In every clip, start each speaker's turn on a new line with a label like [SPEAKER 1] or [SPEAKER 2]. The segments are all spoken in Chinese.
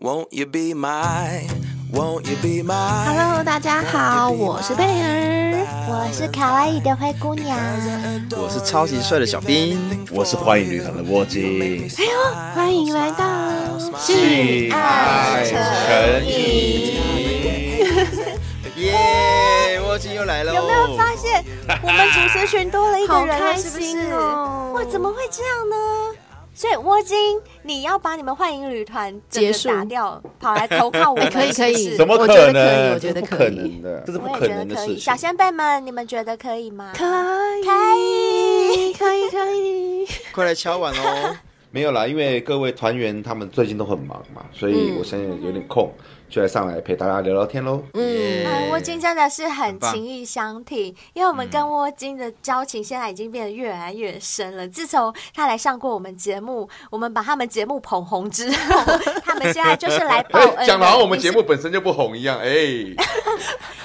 [SPEAKER 1] Won't you be my? Won't you be my?
[SPEAKER 2] Hello，大家好，我是贝儿。
[SPEAKER 3] 我是卡哇伊的灰姑娘，
[SPEAKER 4] 我是超级帅的小兵，
[SPEAKER 5] 我是欢迎旅程的沃基，
[SPEAKER 2] 哎
[SPEAKER 3] 哦
[SPEAKER 2] 呦，欢迎来到
[SPEAKER 4] 性爱成瘾，耶！我已经又来喽，
[SPEAKER 3] 有没有发现我们主持群多了一
[SPEAKER 2] 好
[SPEAKER 3] 个人
[SPEAKER 2] 开
[SPEAKER 3] 了？是不
[SPEAKER 2] 心
[SPEAKER 3] 是？
[SPEAKER 2] 哦！
[SPEAKER 3] 哇，怎么会这样呢？所以窝金，你要把你们幻影旅团整个
[SPEAKER 2] 结束
[SPEAKER 3] 打掉，跑来投靠我 们，
[SPEAKER 2] 可以可以
[SPEAKER 3] 是不是
[SPEAKER 5] 怎么
[SPEAKER 2] 我
[SPEAKER 5] 可
[SPEAKER 2] 觉得
[SPEAKER 5] 能？
[SPEAKER 2] 可以我觉得
[SPEAKER 5] 这不
[SPEAKER 2] 可以
[SPEAKER 5] 能的， 这是不
[SPEAKER 3] 我
[SPEAKER 5] 可
[SPEAKER 3] 也觉得
[SPEAKER 5] 能的
[SPEAKER 3] 可
[SPEAKER 5] 事
[SPEAKER 3] 以。
[SPEAKER 5] 情。
[SPEAKER 3] 小先辈们，你们觉得可以吗？
[SPEAKER 2] 可以，
[SPEAKER 3] 可以
[SPEAKER 2] 可以，可以。
[SPEAKER 4] 快来敲碗哦！
[SPEAKER 5] 没有啦，因为各位团员他们最近都很忙嘛，所以我现在有点空，就来上来陪大家聊聊天喽。
[SPEAKER 2] 嗯，
[SPEAKER 3] 哎，
[SPEAKER 4] 耶
[SPEAKER 3] 窝金真的是很
[SPEAKER 4] 很棒
[SPEAKER 3] 情意相挺，因为我们
[SPEAKER 5] 嗯
[SPEAKER 3] 跟窝金的交情现在已经变得越来越深了。自从他来上过我们节目，我们把他们节目捧红之后， 他们现在就是来报恩的。
[SPEAKER 5] 哎，讲的好像我们
[SPEAKER 3] 你
[SPEAKER 5] 节
[SPEAKER 3] 是
[SPEAKER 5] 目本身就不红一样，哎，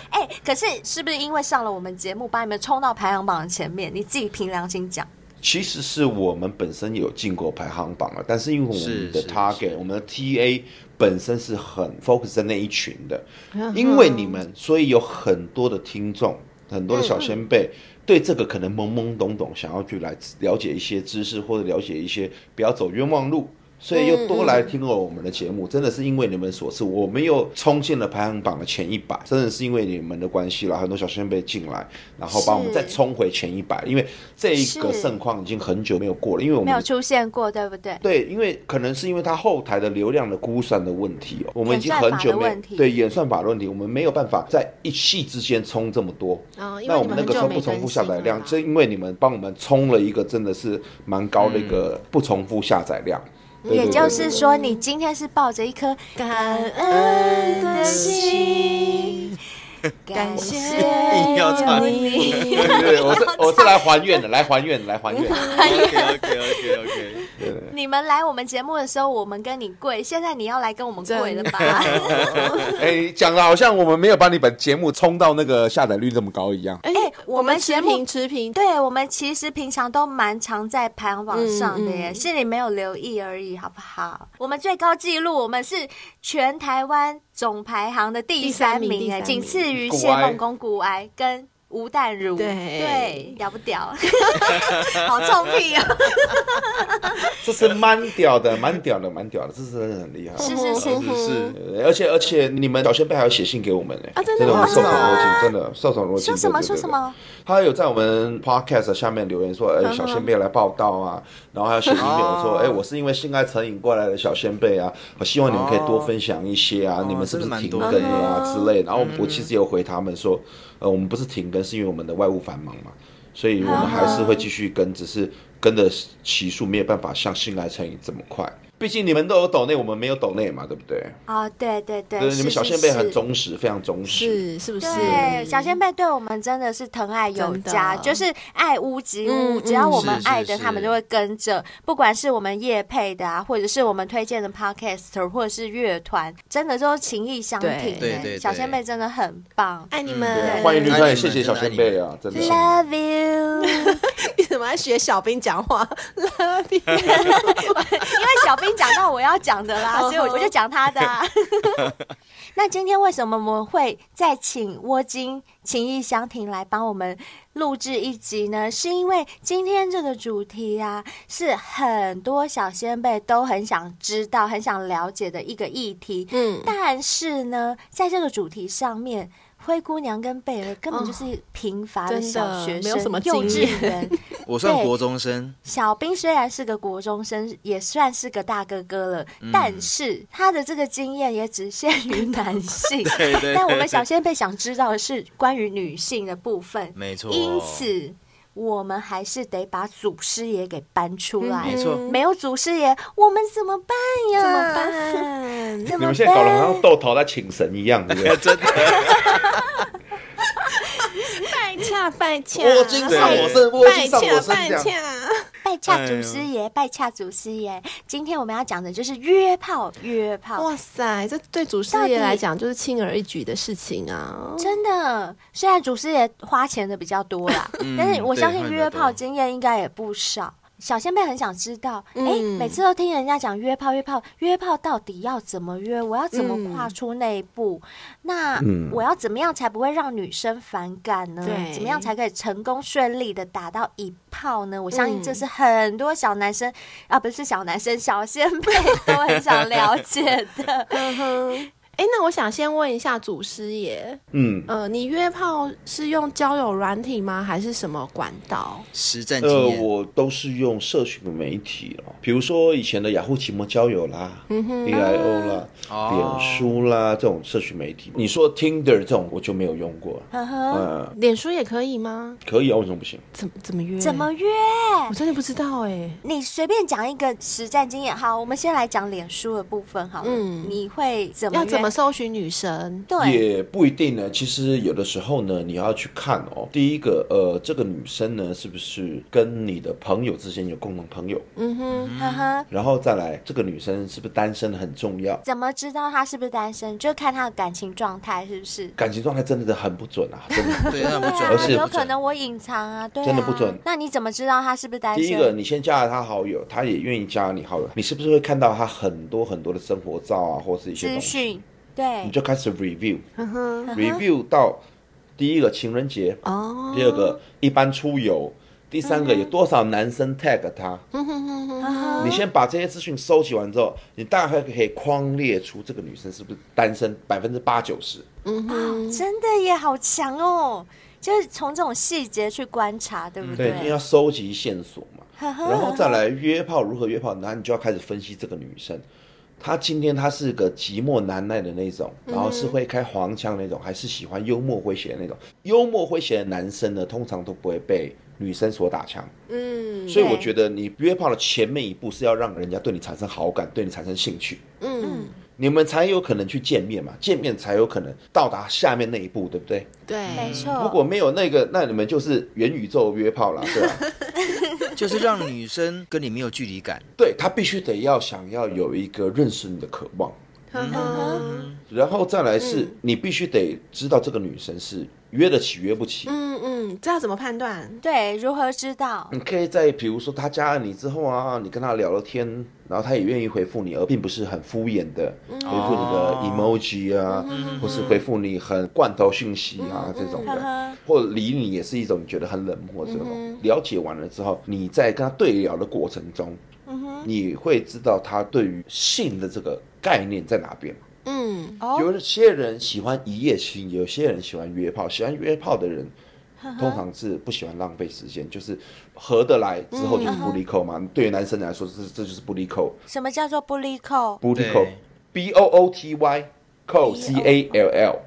[SPEAKER 3] 哎、可是是不是因为上了我们节目，把你们冲到排行榜的前面？你自己凭良心讲，
[SPEAKER 5] 其实是我们本身有进过排行榜了，但是因为我
[SPEAKER 4] 是
[SPEAKER 5] 们的
[SPEAKER 4] 是
[SPEAKER 5] target，我们的 TA 本身是很 focus 在那一群的，
[SPEAKER 4] 嗯
[SPEAKER 5] 因为你们，所以有很多的听众，很
[SPEAKER 4] 嗯
[SPEAKER 5] 多的小先辈。对这个可能懵懵懂懂，想要去来了解一些知识，或者了解一些不要走冤枉路，所以又多来听了我们的节
[SPEAKER 4] 嗯
[SPEAKER 5] 目，真的是因为你们所赐，我们又冲进了排行榜的前一百，真的是因为你们的关系啦，很多小先辈进来，然后把我们
[SPEAKER 3] 是
[SPEAKER 5] 再冲回前一百，因为这一个
[SPEAKER 3] 是
[SPEAKER 5] 盛况已经很久没有过了，因为我
[SPEAKER 3] 没有
[SPEAKER 5] 们
[SPEAKER 3] 出现过，对不对？
[SPEAKER 5] 对，因为可能是因为它后台的流量的估算的问题哦，我们已经很
[SPEAKER 3] 演
[SPEAKER 5] 久
[SPEAKER 3] 算法的
[SPEAKER 5] 没有
[SPEAKER 3] 问题
[SPEAKER 5] 对演算法的问题，我们没有办法在一夕之间冲这么多。
[SPEAKER 2] 哦因为
[SPEAKER 5] 那我
[SPEAKER 2] 你们
[SPEAKER 5] 们那
[SPEAKER 2] 很
[SPEAKER 5] 个时
[SPEAKER 2] 久
[SPEAKER 5] 候
[SPEAKER 2] 没
[SPEAKER 5] 不重复
[SPEAKER 2] 更
[SPEAKER 5] 下
[SPEAKER 2] 新
[SPEAKER 5] 载
[SPEAKER 2] 了
[SPEAKER 5] 量
[SPEAKER 2] 嘛，
[SPEAKER 5] 是因为你们帮我们冲了一个真的是蛮高的一个不重复下载量。对
[SPEAKER 3] 也
[SPEAKER 5] 对
[SPEAKER 3] 就
[SPEAKER 5] 对
[SPEAKER 3] 是说，你今天是抱着一颗感恩的心，感谢
[SPEAKER 4] 硬要唱
[SPEAKER 3] 有你。
[SPEAKER 5] 对对对，我是我是来还愿的，来还愿的，来还愿 的。
[SPEAKER 4] OK OK OK OK，
[SPEAKER 3] 你们来我们节目的时候，我们跟你跪，现在你要来跟我们跪了吧？
[SPEAKER 5] 哎，讲的好像我们没有把你本节目冲到那个下载率这么高一样。
[SPEAKER 2] 哎
[SPEAKER 3] 哎我们
[SPEAKER 2] 持
[SPEAKER 3] 节目
[SPEAKER 2] 平持平，
[SPEAKER 3] 对我们其实平常都蛮常在排行榜上的耶，
[SPEAKER 2] 嗯嗯
[SPEAKER 3] 是你没有留意而已，好不好？我们最高纪录，我们是全台湾总排行的第三
[SPEAKER 2] 第
[SPEAKER 3] 名，
[SPEAKER 2] 三
[SPEAKER 3] 哎，
[SPEAKER 2] 名
[SPEAKER 3] 仅次于
[SPEAKER 5] 古
[SPEAKER 3] 谢
[SPEAKER 5] 埃
[SPEAKER 3] 梦公、古埃跟吴淡如，
[SPEAKER 2] 对
[SPEAKER 3] 对，屌不屌？好臭屁啊！
[SPEAKER 5] 这是蛮屌的，蛮屌的，蛮屌的，这是真的很厉害。
[SPEAKER 3] 是是是，
[SPEAKER 2] 哎
[SPEAKER 4] 是是，
[SPEAKER 5] 呃而且而且你们小先辈还有写信给我们呢、
[SPEAKER 2] 啊真的
[SPEAKER 5] 真我
[SPEAKER 2] 吗
[SPEAKER 5] 们受宠若惊，真的受宠若惊。
[SPEAKER 3] 说什么
[SPEAKER 5] 对
[SPEAKER 3] 说什？么？
[SPEAKER 5] 对对他有在我们 podcast 下面留言说，哎、小先辈来报道啊，然后还有写 email 说，
[SPEAKER 4] 哦
[SPEAKER 5] 哎、我是因为性爱成瘾过来的小先辈啊，我希望你们可以多分享一些啊，
[SPEAKER 4] 哦
[SPEAKER 5] 你们是不是停
[SPEAKER 4] 真的
[SPEAKER 5] 更
[SPEAKER 4] 蛮多
[SPEAKER 5] 了啊之类的。然后我其实也有回他们说，呃，我们不是停更，是因为我们的外务繁忙嘛，所以我们还是会继续跟，只是跟的期数没有办法像性爱成瘾这么快。毕竟你们都有抖内，我们没有抖内嘛，对不对？
[SPEAKER 3] 哦，对对对，
[SPEAKER 5] 对，
[SPEAKER 3] 是
[SPEAKER 5] 你们小
[SPEAKER 3] 是
[SPEAKER 5] 先辈很
[SPEAKER 3] 是
[SPEAKER 5] 忠实，非常忠实。
[SPEAKER 2] 是是不是？
[SPEAKER 3] 对，小仙贝对我们真的是疼爱有加，
[SPEAKER 2] 真的
[SPEAKER 3] 就是爱屋及乌，
[SPEAKER 2] 嗯
[SPEAKER 3] 只要我们
[SPEAKER 4] 嗯是
[SPEAKER 3] 爱
[SPEAKER 4] 是
[SPEAKER 3] 的，
[SPEAKER 4] 是
[SPEAKER 3] 他们就会跟着。不管是我们业配的啊，或者是我们推荐的 podcaster，或者是乐团，真的都情意相挺
[SPEAKER 2] 对
[SPEAKER 3] 欸。
[SPEAKER 4] 对对对
[SPEAKER 3] 小仙贝真的很棒。
[SPEAKER 2] 爱哎嗯你
[SPEAKER 5] 对啊
[SPEAKER 2] 们，
[SPEAKER 5] 欢迎绿川，也谢谢
[SPEAKER 4] 爱你
[SPEAKER 5] 小
[SPEAKER 4] 们
[SPEAKER 5] 先辈啊，真的。
[SPEAKER 3] Love you，因
[SPEAKER 2] 你怎么在学小兵讲话？Love you 哎
[SPEAKER 3] 为小兵讲到我要讲的 啦，
[SPEAKER 2] 哦
[SPEAKER 3] 所以我我就讲他的、 啊。 那今天为什么我们会再请窝金情意相挺来帮我们录制一集呢？是因为今天这个主题啊，是很多小先辈都很想知道、很想了解的一个议题。
[SPEAKER 2] 嗯
[SPEAKER 3] 但是呢，在这个主题上面。灰姑娘跟贝儿根本就是平凡
[SPEAKER 2] 真的
[SPEAKER 3] 小学
[SPEAKER 2] 没
[SPEAKER 3] 生、
[SPEAKER 2] 有什么
[SPEAKER 3] 幼
[SPEAKER 2] 经
[SPEAKER 3] 稚
[SPEAKER 2] 验
[SPEAKER 3] 园，
[SPEAKER 4] 我算国中生，
[SPEAKER 3] 小兵虽然是个国中生，也算是个大哥哥了，
[SPEAKER 4] 嗯
[SPEAKER 3] 但是他的这个经验也只限于男性。
[SPEAKER 4] 对对
[SPEAKER 3] 但我们小先辈想知道的是关于女性的部分，
[SPEAKER 4] 没错，
[SPEAKER 3] 因此我们还是得把祖师爷给搬出来。
[SPEAKER 4] 嗯没错，？
[SPEAKER 3] 没有祖师爷，我们怎么办呀？
[SPEAKER 2] 怎么？办？
[SPEAKER 3] 怎
[SPEAKER 5] 你
[SPEAKER 3] 么
[SPEAKER 5] 们现在搞得好
[SPEAKER 3] 办？
[SPEAKER 5] 像豆桃在请神一样，对不对
[SPEAKER 4] 真的，
[SPEAKER 2] 拜恰拜恰，
[SPEAKER 5] 我今上我身，我
[SPEAKER 2] 拜
[SPEAKER 5] 今上我
[SPEAKER 2] 恰
[SPEAKER 5] 身这
[SPEAKER 2] 拜
[SPEAKER 5] 样。
[SPEAKER 2] 恰，
[SPEAKER 3] 拜恰祖师
[SPEAKER 4] 哎
[SPEAKER 3] 爷，拜恰祖师爷。今天我们要讲的就是约炮，约炮。
[SPEAKER 2] 哇塞，这对祖师爷来讲就是轻而易举的事情啊！
[SPEAKER 3] 真的，虽
[SPEAKER 2] 嗯
[SPEAKER 3] 然祖师爷花钱的比较多啦，但是我相信约炮经验应该也不少。小先辈很想知道，哎、
[SPEAKER 2] 嗯
[SPEAKER 3] 每次都听人家讲约炮，约炮，约炮到底要怎么约？我要怎么跨出那一步？那我要怎么样才不会让女生反感呢？
[SPEAKER 2] 嗯对
[SPEAKER 3] 怎么样才可以成功顺利的打到一炮呢？我相信
[SPEAKER 2] 嗯
[SPEAKER 3] 这是很多小男生、啊，不是小男生，小先 辈都很想了解的。
[SPEAKER 2] 嗯哼。哎，那我想先问一下祖师爷，
[SPEAKER 5] 嗯，
[SPEAKER 2] 呃，你约炮是用交友软体吗？还是什么管道？
[SPEAKER 4] 实战经
[SPEAKER 5] 呃，
[SPEAKER 4] 验，
[SPEAKER 5] 我都是用社群媒体哦，比如说以前的雅虎奇摩交友啦、d i o 啦、
[SPEAKER 4] 哦
[SPEAKER 5] 脸书啦这种社群媒体。你说 Tinder 这种我就没有用过，
[SPEAKER 3] 呵呵
[SPEAKER 5] 呃，
[SPEAKER 2] 脸书也可以吗？
[SPEAKER 5] 可以啊，为什么不行？
[SPEAKER 2] 怎么怎么约？
[SPEAKER 3] 怎么？约？
[SPEAKER 2] 我真的不知道哎。
[SPEAKER 3] 你随便讲一个实战经验。好，我们先来讲脸书的部分好了。
[SPEAKER 2] 嗯
[SPEAKER 3] 你会怎么
[SPEAKER 2] 要
[SPEAKER 3] 约
[SPEAKER 2] 怎么搜寻女神？
[SPEAKER 3] 对？
[SPEAKER 5] 也不一定呢。其实有的时候呢，你要去看哦。第一个，呃，这个女生呢，是不是跟你的朋友之间有共同朋友？
[SPEAKER 2] 嗯哼，
[SPEAKER 3] 呵呵，
[SPEAKER 5] 然后再来，这个女生是不是单身很重要？
[SPEAKER 3] 怎么知道他是不是单身？就看他的感情状态是不是？
[SPEAKER 5] 感情状态真的很不准 啊，真的。
[SPEAKER 4] 对，那不准，
[SPEAKER 5] 而且
[SPEAKER 3] 有
[SPEAKER 4] 不
[SPEAKER 3] 可
[SPEAKER 4] 准
[SPEAKER 3] 能我隐藏啊，对啊，
[SPEAKER 5] 真的不准
[SPEAKER 3] 那你怎么知道他是不是单身？
[SPEAKER 5] 第一个，你先加了她好友，她也愿意加你好友，你是不是会看到她很多很多的生活照啊，或是一些
[SPEAKER 3] 资
[SPEAKER 5] 东西，
[SPEAKER 3] 讯，对
[SPEAKER 5] 你，就开始 review，review
[SPEAKER 2] 嗯哼，
[SPEAKER 5] 到第一个情人节，
[SPEAKER 2] 哦，嗯
[SPEAKER 5] 第二个一般出游，第三个有多少男生 tag 她，你先把这些资讯收集完之后，你大概可以框列出这个女生是不是单身百分之八九十。
[SPEAKER 2] 嗯哼，
[SPEAKER 3] 真的也好强哦，就是从这种细节去观察，对不
[SPEAKER 5] 嗯对，因为要收集线索嘛，
[SPEAKER 3] 呵呵
[SPEAKER 5] 然后再来约炮如何约炮，然后你就要开始分析这个女生，她今天她是个寂寞难耐的那种，然后是会开黄腔那种，还是喜欢幽默诙谐的那种？幽默诙谐的男生呢，通常都不会被女生所打枪，
[SPEAKER 2] 嗯
[SPEAKER 5] 所以我
[SPEAKER 3] 对
[SPEAKER 5] 觉得你约炮的前面一步是要让人家对你产生好感，对你产生兴趣。
[SPEAKER 2] 嗯，
[SPEAKER 5] 你们才有可能去见面嘛，见面才有可能到达下面那一步，对不对？
[SPEAKER 2] 对，
[SPEAKER 3] 没错。
[SPEAKER 5] 如果没有那个，那你们就是元宇宙约炮啦，对吧、
[SPEAKER 4] 就是让女生跟你没有距离感，
[SPEAKER 5] 对他必须得要想要有一个认识你的渴望，
[SPEAKER 2] 呵
[SPEAKER 3] 嗯
[SPEAKER 2] 呵，
[SPEAKER 5] 然后再来是、你必须得知道这个女生是约得起约不起。
[SPEAKER 2] 嗯嗯，这要怎么判断？
[SPEAKER 3] 对，如何知道？
[SPEAKER 5] 你可以在比如说她加了你之后啊，你跟她聊了天，然后她也愿意回复你，而并不是很敷衍的回复你的
[SPEAKER 4] 哦
[SPEAKER 5] emoji 啊，或是回复你很罐头讯息啊、这种
[SPEAKER 3] 呵
[SPEAKER 5] 的，
[SPEAKER 3] 呵，
[SPEAKER 5] 或者理你也是一种你觉得很冷漠这种。了解完了之后，你在跟她对聊的过程中，你会知道她对于性的这个概念在哪边。
[SPEAKER 2] 嗯，
[SPEAKER 3] 哦，
[SPEAKER 5] 有些人喜欢一夜情，有些人喜欢约炮。喜欢约炮的人，通常是不喜欢浪费时间，就是合得来之后就是不离扣嘛。对于男生来说，这这就是不离扣，
[SPEAKER 3] 什么叫做不离扣？
[SPEAKER 5] 不离扣
[SPEAKER 4] 对
[SPEAKER 5] ，B O O T Y，扣 C A L L，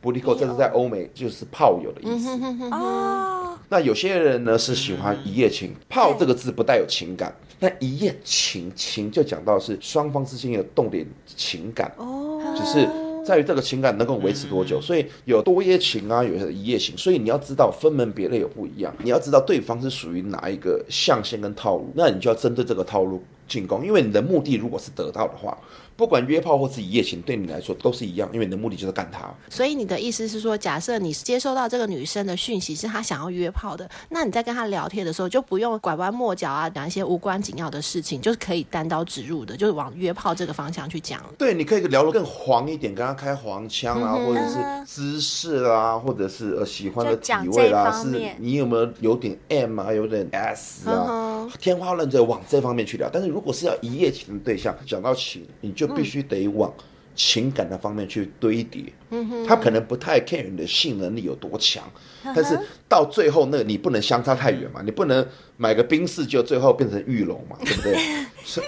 [SPEAKER 5] 不离扣，这是在欧美就是炮友的
[SPEAKER 2] 嗯
[SPEAKER 3] 嗯
[SPEAKER 5] 意思。
[SPEAKER 3] 哦，
[SPEAKER 5] 那有些人呢是喜欢一夜情，炮这个字不带有情感，那一夜情情就讲到是双方之间有动点情感，
[SPEAKER 2] 哦，
[SPEAKER 5] 只是在于这个情感能够维持多久。所以有多夜情啊，有一夜情，所以你要知道分门别类有不一样，你要知道对方是属于哪一个象限跟套路，那你就要针对这个套路进攻，因为你的目的如果是得到的话，不管约炮或是一夜情，对你来说都是一样，因为你的目的就是干他。
[SPEAKER 2] 所以你的意思是说，假设你接收到这个女生的讯息是她想要约炮的，那你在跟她聊天的时候就不用拐弯抹角啊，讲一些无关紧要的事情，就是可以单刀直入的，就是往约炮这个方向去讲。
[SPEAKER 5] 对，你可以聊得更黄一点，跟他开黄腔
[SPEAKER 3] 嗯
[SPEAKER 5] 啊，或者是姿势啊，或者是呃喜欢的
[SPEAKER 3] 就讲
[SPEAKER 5] 体
[SPEAKER 3] 这
[SPEAKER 5] 位啦、
[SPEAKER 3] 方
[SPEAKER 5] 是
[SPEAKER 3] 面
[SPEAKER 5] 你有没有有点 M 啊，有点 S 啊，
[SPEAKER 3] 嗯
[SPEAKER 5] 天花乱坠往这方面去聊。但是如果是要一夜情的对象，讲到情，你就必须得往。情感的方面去堆叠，
[SPEAKER 3] 嗯
[SPEAKER 5] 他可能不太 care 你的性能力有多强，
[SPEAKER 3] 嗯
[SPEAKER 5] 但是到最后那个你不能相差太远嘛，你不能买个冰室就最后变成玉龙嘛，对不对？ 是，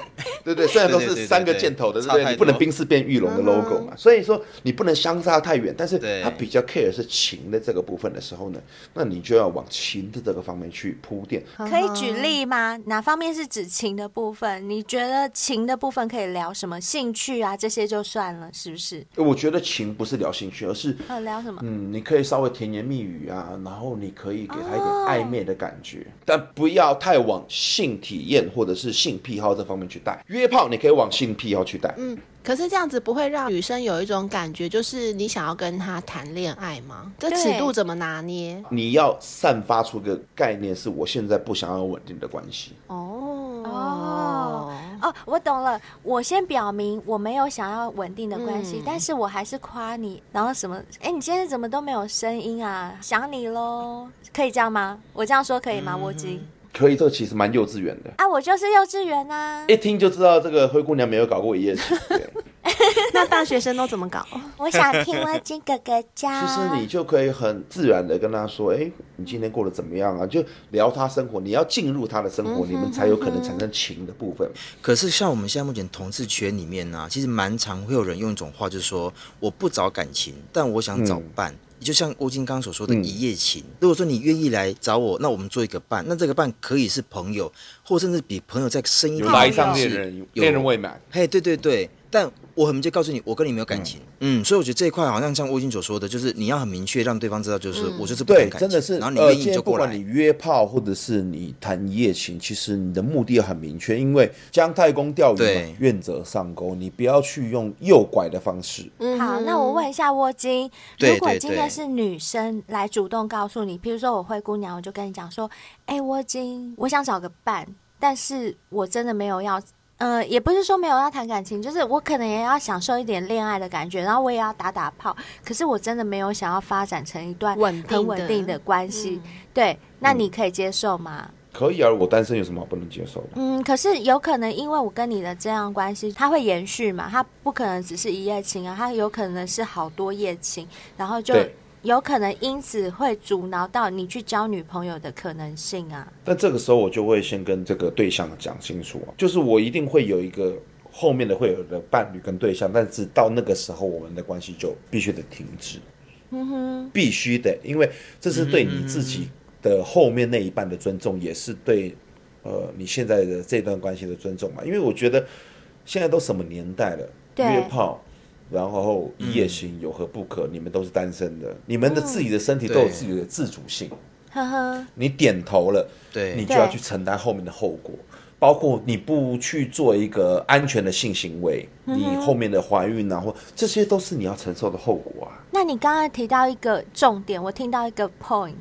[SPEAKER 5] 对对，虽然都
[SPEAKER 4] 对对
[SPEAKER 5] 是
[SPEAKER 4] 对
[SPEAKER 5] 三个
[SPEAKER 4] 对对
[SPEAKER 5] 箭头的，对
[SPEAKER 4] 差
[SPEAKER 5] 不对？
[SPEAKER 4] 太
[SPEAKER 5] 你不能
[SPEAKER 4] 多
[SPEAKER 5] 冰是变玉龙的 logo 嘛，所以说你不能相差太远，但是
[SPEAKER 4] 对
[SPEAKER 5] 他比较 care 是情的这个部分的时候呢，那你就要往情的这个方面去铺垫。
[SPEAKER 3] 可以举例吗？哪方面是指情的部分？你觉得情的部分可以聊什么？兴趣啊，这些就算了，是不是？
[SPEAKER 5] 我觉得情不是聊兴趣，而是
[SPEAKER 3] 呃，聊什么？
[SPEAKER 5] 嗯，你可以稍微甜言蜜语啊，然后你可以给他一点暧昧的感觉，但不要太往性体验或者是性癖好这方面去带。约炮你可以往性癖好去带，
[SPEAKER 2] 嗯，可是这样子不会让女生有一种感觉，就是你想要跟她谈恋爱吗？这尺度怎么拿捏？
[SPEAKER 5] 你要散发出一个概念，是我现在不想要稳定的关系。
[SPEAKER 2] 哦，
[SPEAKER 3] 哦哦，我懂了。我先表明我没有想要稳定的关系，
[SPEAKER 2] 嗯
[SPEAKER 3] 但是我还是夸你，然后什么？哎，你今天怎么都没有声音啊？想你喽，可以这样吗？我这样说可以
[SPEAKER 5] 嗯
[SPEAKER 3] 吗？窝金
[SPEAKER 5] 可以，这个其实蛮幼稚园的，
[SPEAKER 3] 啊，我就是幼稚园啊呐、
[SPEAKER 5] 一听就知道这个灰姑娘没有搞过一夜情。 对，
[SPEAKER 2] 那大学生都怎么搞？
[SPEAKER 3] 我想听窝金哥哥教。
[SPEAKER 5] 其实你 就可以很自然的跟她说，哎，你今天过得怎么样啊？就聊她生活，你要进入她的生
[SPEAKER 4] 嗯
[SPEAKER 5] 活，你们才有可能产生情的部分。
[SPEAKER 4] 可是像我们现在目前同志圈里面呢、其实蛮常会有人用一种话，就是说我不找感情，但我想找伴。就像欧金刚刚所说的
[SPEAKER 5] 嗯
[SPEAKER 4] 一夜情，如果说你愿意来找我，那我们做一个伴，那这个伴可以是朋友，或甚至比朋友再深一
[SPEAKER 5] 有
[SPEAKER 4] 点，
[SPEAKER 5] 来上
[SPEAKER 4] 是
[SPEAKER 5] 恋人，
[SPEAKER 4] 有
[SPEAKER 5] 恋人未满。
[SPEAKER 4] 嘿，对对对，但我很明确告诉你，我跟你没有感情。嗯，所以我觉得这一块好像像我已经所说的，就是你要很明确让对方知道，就是我就是不
[SPEAKER 5] 嗯对
[SPEAKER 4] 谈，感情，
[SPEAKER 5] 真的是，
[SPEAKER 4] 然后你
[SPEAKER 5] 呃
[SPEAKER 4] 愿意
[SPEAKER 5] 今
[SPEAKER 4] 你
[SPEAKER 5] 天
[SPEAKER 4] 就
[SPEAKER 5] 不
[SPEAKER 4] 过
[SPEAKER 5] 管
[SPEAKER 4] 来。
[SPEAKER 5] 你约炮或者是你谈一夜情，其实你的目的很明确，因为姜太公钓鱼嘛
[SPEAKER 4] 对，
[SPEAKER 5] 愿者上钩，你不要去用诱拐的方式。
[SPEAKER 2] 嗯
[SPEAKER 3] 好，那我问一下窝金，
[SPEAKER 4] 对
[SPEAKER 3] 如果
[SPEAKER 4] 对
[SPEAKER 3] 今天
[SPEAKER 4] 对
[SPEAKER 3] 是女生来主动告诉你，譬如说我灰姑娘，我就跟你讲说，哎、窝金，我想找个伴，但是我真的没有要，呃，也不是说没有要谈感情，就是我可能也要享受一点恋爱的感觉，然后我也要打打炮，可是我真的没有想要发展成一段
[SPEAKER 2] 稳定的
[SPEAKER 3] 很稳定的关系，对，那你可以接受吗？
[SPEAKER 5] 可以啊，我单身有什么好不能接受的？
[SPEAKER 3] 嗯，可是有可能因为我跟你的这样关系，它会延续嘛？它不可能只是一夜情啊，它有可能是好多夜情，然后就
[SPEAKER 5] 对
[SPEAKER 3] 有可能因此会阻挠到你去交女朋友的可能性啊。
[SPEAKER 5] 但这个时候我就会先跟这个对象讲清楚啊，就是我一定会有一个后面的会有的伴侣跟对象，但是到那个时候我们的关系就必须得停止，嗯哼，必须得，因为这是对你自己的后面那一半的尊重，也是对呃你现在的这段关系的尊重嘛。因为我觉得现在都什么年代了，
[SPEAKER 3] 对
[SPEAKER 5] 约炮。然后一夜情有何不可？你们都是单身的，你们的自己的身体都有
[SPEAKER 4] 对
[SPEAKER 5] 自己的自主性。
[SPEAKER 3] 呵呵，
[SPEAKER 5] 你点头了，
[SPEAKER 4] 对
[SPEAKER 5] 你就要去承担后面的后果，包括你不去做一个安全的性行为，
[SPEAKER 3] 嗯
[SPEAKER 5] 你后面的怀孕啊，或这些都是你要承受的后果啊。
[SPEAKER 3] 那你刚刚提到一个重点，我听到一个 point，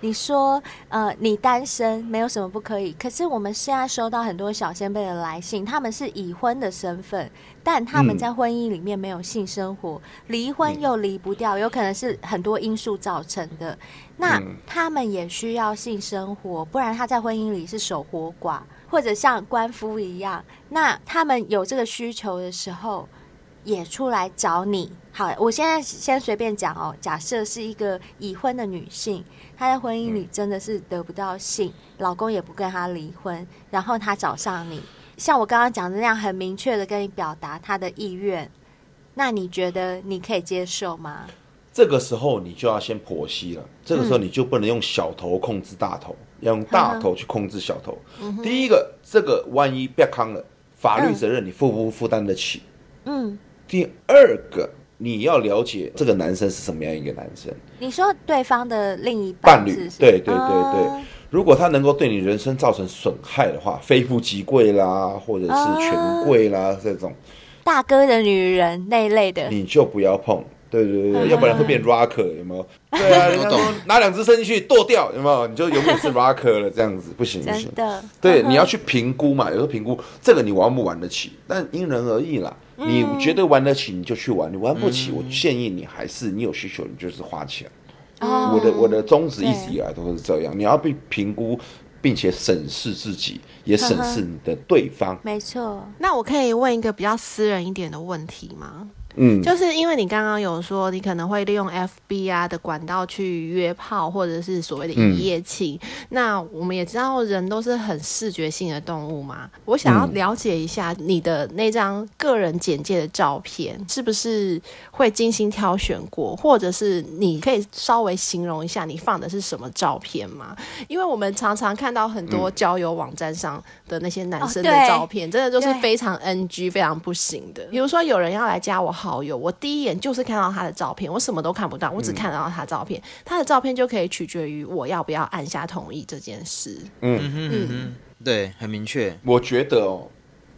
[SPEAKER 3] 你说呃你单身没有什么不可以，可是我们现在收到很多小先辈的来信，他们是已婚的身份，但他们
[SPEAKER 5] 嗯
[SPEAKER 3] 在婚姻里面没有性生活，离婚又离不掉，有可能是很多因素造成的。那他们也需要性生活，不然他在婚姻里是守活寡，或者像官夫一样。那他们有这个需求的时候，也出来找你。好，我现在先随便讲哦。假设是一个已婚的女性，她在婚
[SPEAKER 5] 嗯
[SPEAKER 3] 姻里真的是得不到性，老公也不跟她离婚，然后她找上你，像我刚刚讲的那样，很明确的跟你表达她的意愿，那你觉得你可以接受吗？
[SPEAKER 5] 这个时候你就要先剖析了，这个时候
[SPEAKER 3] 嗯
[SPEAKER 5] 你就不能用小头控制大头，要用大头去控制小头。
[SPEAKER 3] 嗯
[SPEAKER 5] 第一个，这个万一被康了，法律责任你负不负担得起？
[SPEAKER 3] 嗯，
[SPEAKER 5] 第二个，你要了解这个男生是什么样一个男生。
[SPEAKER 3] 你说对方的另一
[SPEAKER 5] 伴
[SPEAKER 3] 半
[SPEAKER 5] 侣
[SPEAKER 3] 是不是，
[SPEAKER 5] 对对对
[SPEAKER 3] 啊
[SPEAKER 5] 对，如果他能够对你人生造成损害的话，非富即贵啦，或者
[SPEAKER 3] 哦
[SPEAKER 5] 是权贵啦这种，
[SPEAKER 3] 大哥的女人那一类的，
[SPEAKER 5] 你就不要碰。对对
[SPEAKER 3] 嗯
[SPEAKER 5] 对对，要不然会变 rocker 有没有？ 对啊，人家
[SPEAKER 4] 懂
[SPEAKER 5] 说拿两只伸进去剁掉有没有？你就永远 是 rocker 了，这样子不行不行
[SPEAKER 3] 真。的，嗯
[SPEAKER 5] 对，你要去评估嘛，有时候评估这个你玩不玩得起，但因人而异啦。
[SPEAKER 3] 嗯
[SPEAKER 5] 你觉得玩得起你就去玩，你玩不起，我建议你还是你有需求你就是花钱。
[SPEAKER 3] 哦
[SPEAKER 5] 我的我的宗旨一直
[SPEAKER 3] 对
[SPEAKER 5] 以来都是这样，你要去评估，并且审视自己，也审视你的对方。
[SPEAKER 3] 没错，
[SPEAKER 2] 那我可以问一个比较私人一点的问题吗？
[SPEAKER 5] 嗯，
[SPEAKER 2] 就是因为你刚刚有说，你可能会利用 FB 啊的管道去约炮，或者是所谓的一夜情。那我们也知道，人都是很视觉性的动物嘛。我想要了解一下你的那张个人简介的照片，是不是会精心挑选过，或者是你可以稍微形容一下你放的是什么照片吗？因为我们常常看到很多交友网站上的那些男生的
[SPEAKER 3] 哦对
[SPEAKER 2] 照片，真的就是
[SPEAKER 3] 对
[SPEAKER 2] 非常 NG、非常不行的。比如说有人要来加我好友，我第一眼就是看到他的照片，我什么都看不到，我
[SPEAKER 3] 嗯
[SPEAKER 2] 只看到他照片，他的照片就可以取决于我要不要按下同意这件事。
[SPEAKER 4] 嗯
[SPEAKER 5] 嗯
[SPEAKER 4] 对，很明确。
[SPEAKER 5] 我觉得哦，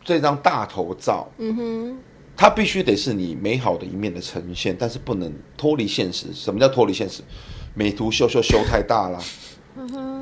[SPEAKER 5] 这张大头照，嗯哼，它必须得是你美好的一面的呈现，但是不能脱离现实。什么叫脱离现实？美图秀秀修太大啦，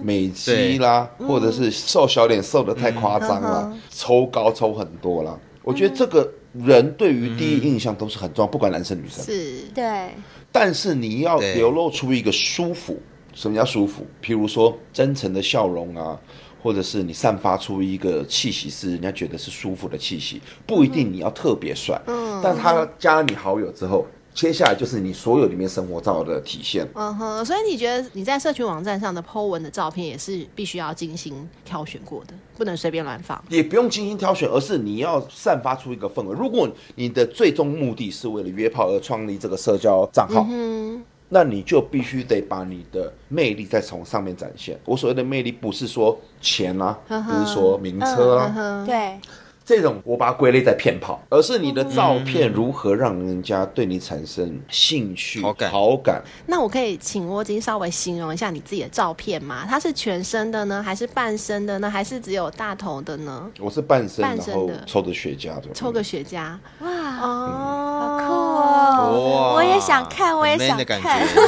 [SPEAKER 5] 美肌啦，或者是瘦小脸瘦的太夸张了，抽高抽很多啦。我觉得这个人对于第一印象都是很重要，不管男生女生。
[SPEAKER 2] 是
[SPEAKER 3] 对，
[SPEAKER 5] 但是你要
[SPEAKER 4] 对
[SPEAKER 5] 流露出一个舒服，什么叫舒服？譬如说真诚的笑容啊，或者是你散发出一个气息是人家觉得是舒服的气息，不一定你要特别帅，嗯，但他加了你好友之后，接下来就是你所有里面生活照的体现。
[SPEAKER 2] 嗯哼，所以你觉得你在社群网站上的 Po 文的照片也是必须要精心挑选过的，不能随便乱放。
[SPEAKER 5] 也不用精心挑选，而是你要散发出一个氛围。如果你的最终目的是为了约炮而创立这个社交账号，
[SPEAKER 2] 嗯
[SPEAKER 5] 那你就必须得把你的魅力再从上面展现。我所谓的魅力，不是说钱啦、不是说名车
[SPEAKER 2] 嗯
[SPEAKER 5] 啦、
[SPEAKER 3] 对，
[SPEAKER 5] 这种我把它归类在骗炮，而是你的照片如何让人家对你产生兴趣、
[SPEAKER 4] 好感
[SPEAKER 5] 好感
[SPEAKER 2] 那我可以请窝金稍微形容一下你自己的照片吗？它是全身的呢，还是半身的呢，还是只有大头的呢？
[SPEAKER 5] 我是半身，
[SPEAKER 2] 半身
[SPEAKER 5] 然后
[SPEAKER 2] 的
[SPEAKER 5] 抽着雪茄的，
[SPEAKER 2] 抽个雪茄
[SPEAKER 3] 哇，
[SPEAKER 2] 哦，
[SPEAKER 3] 嗯好酷哦！
[SPEAKER 4] 哇
[SPEAKER 3] 我也想看，我也
[SPEAKER 4] 很
[SPEAKER 3] 想
[SPEAKER 4] man 的感
[SPEAKER 3] 看，
[SPEAKER 4] 觉，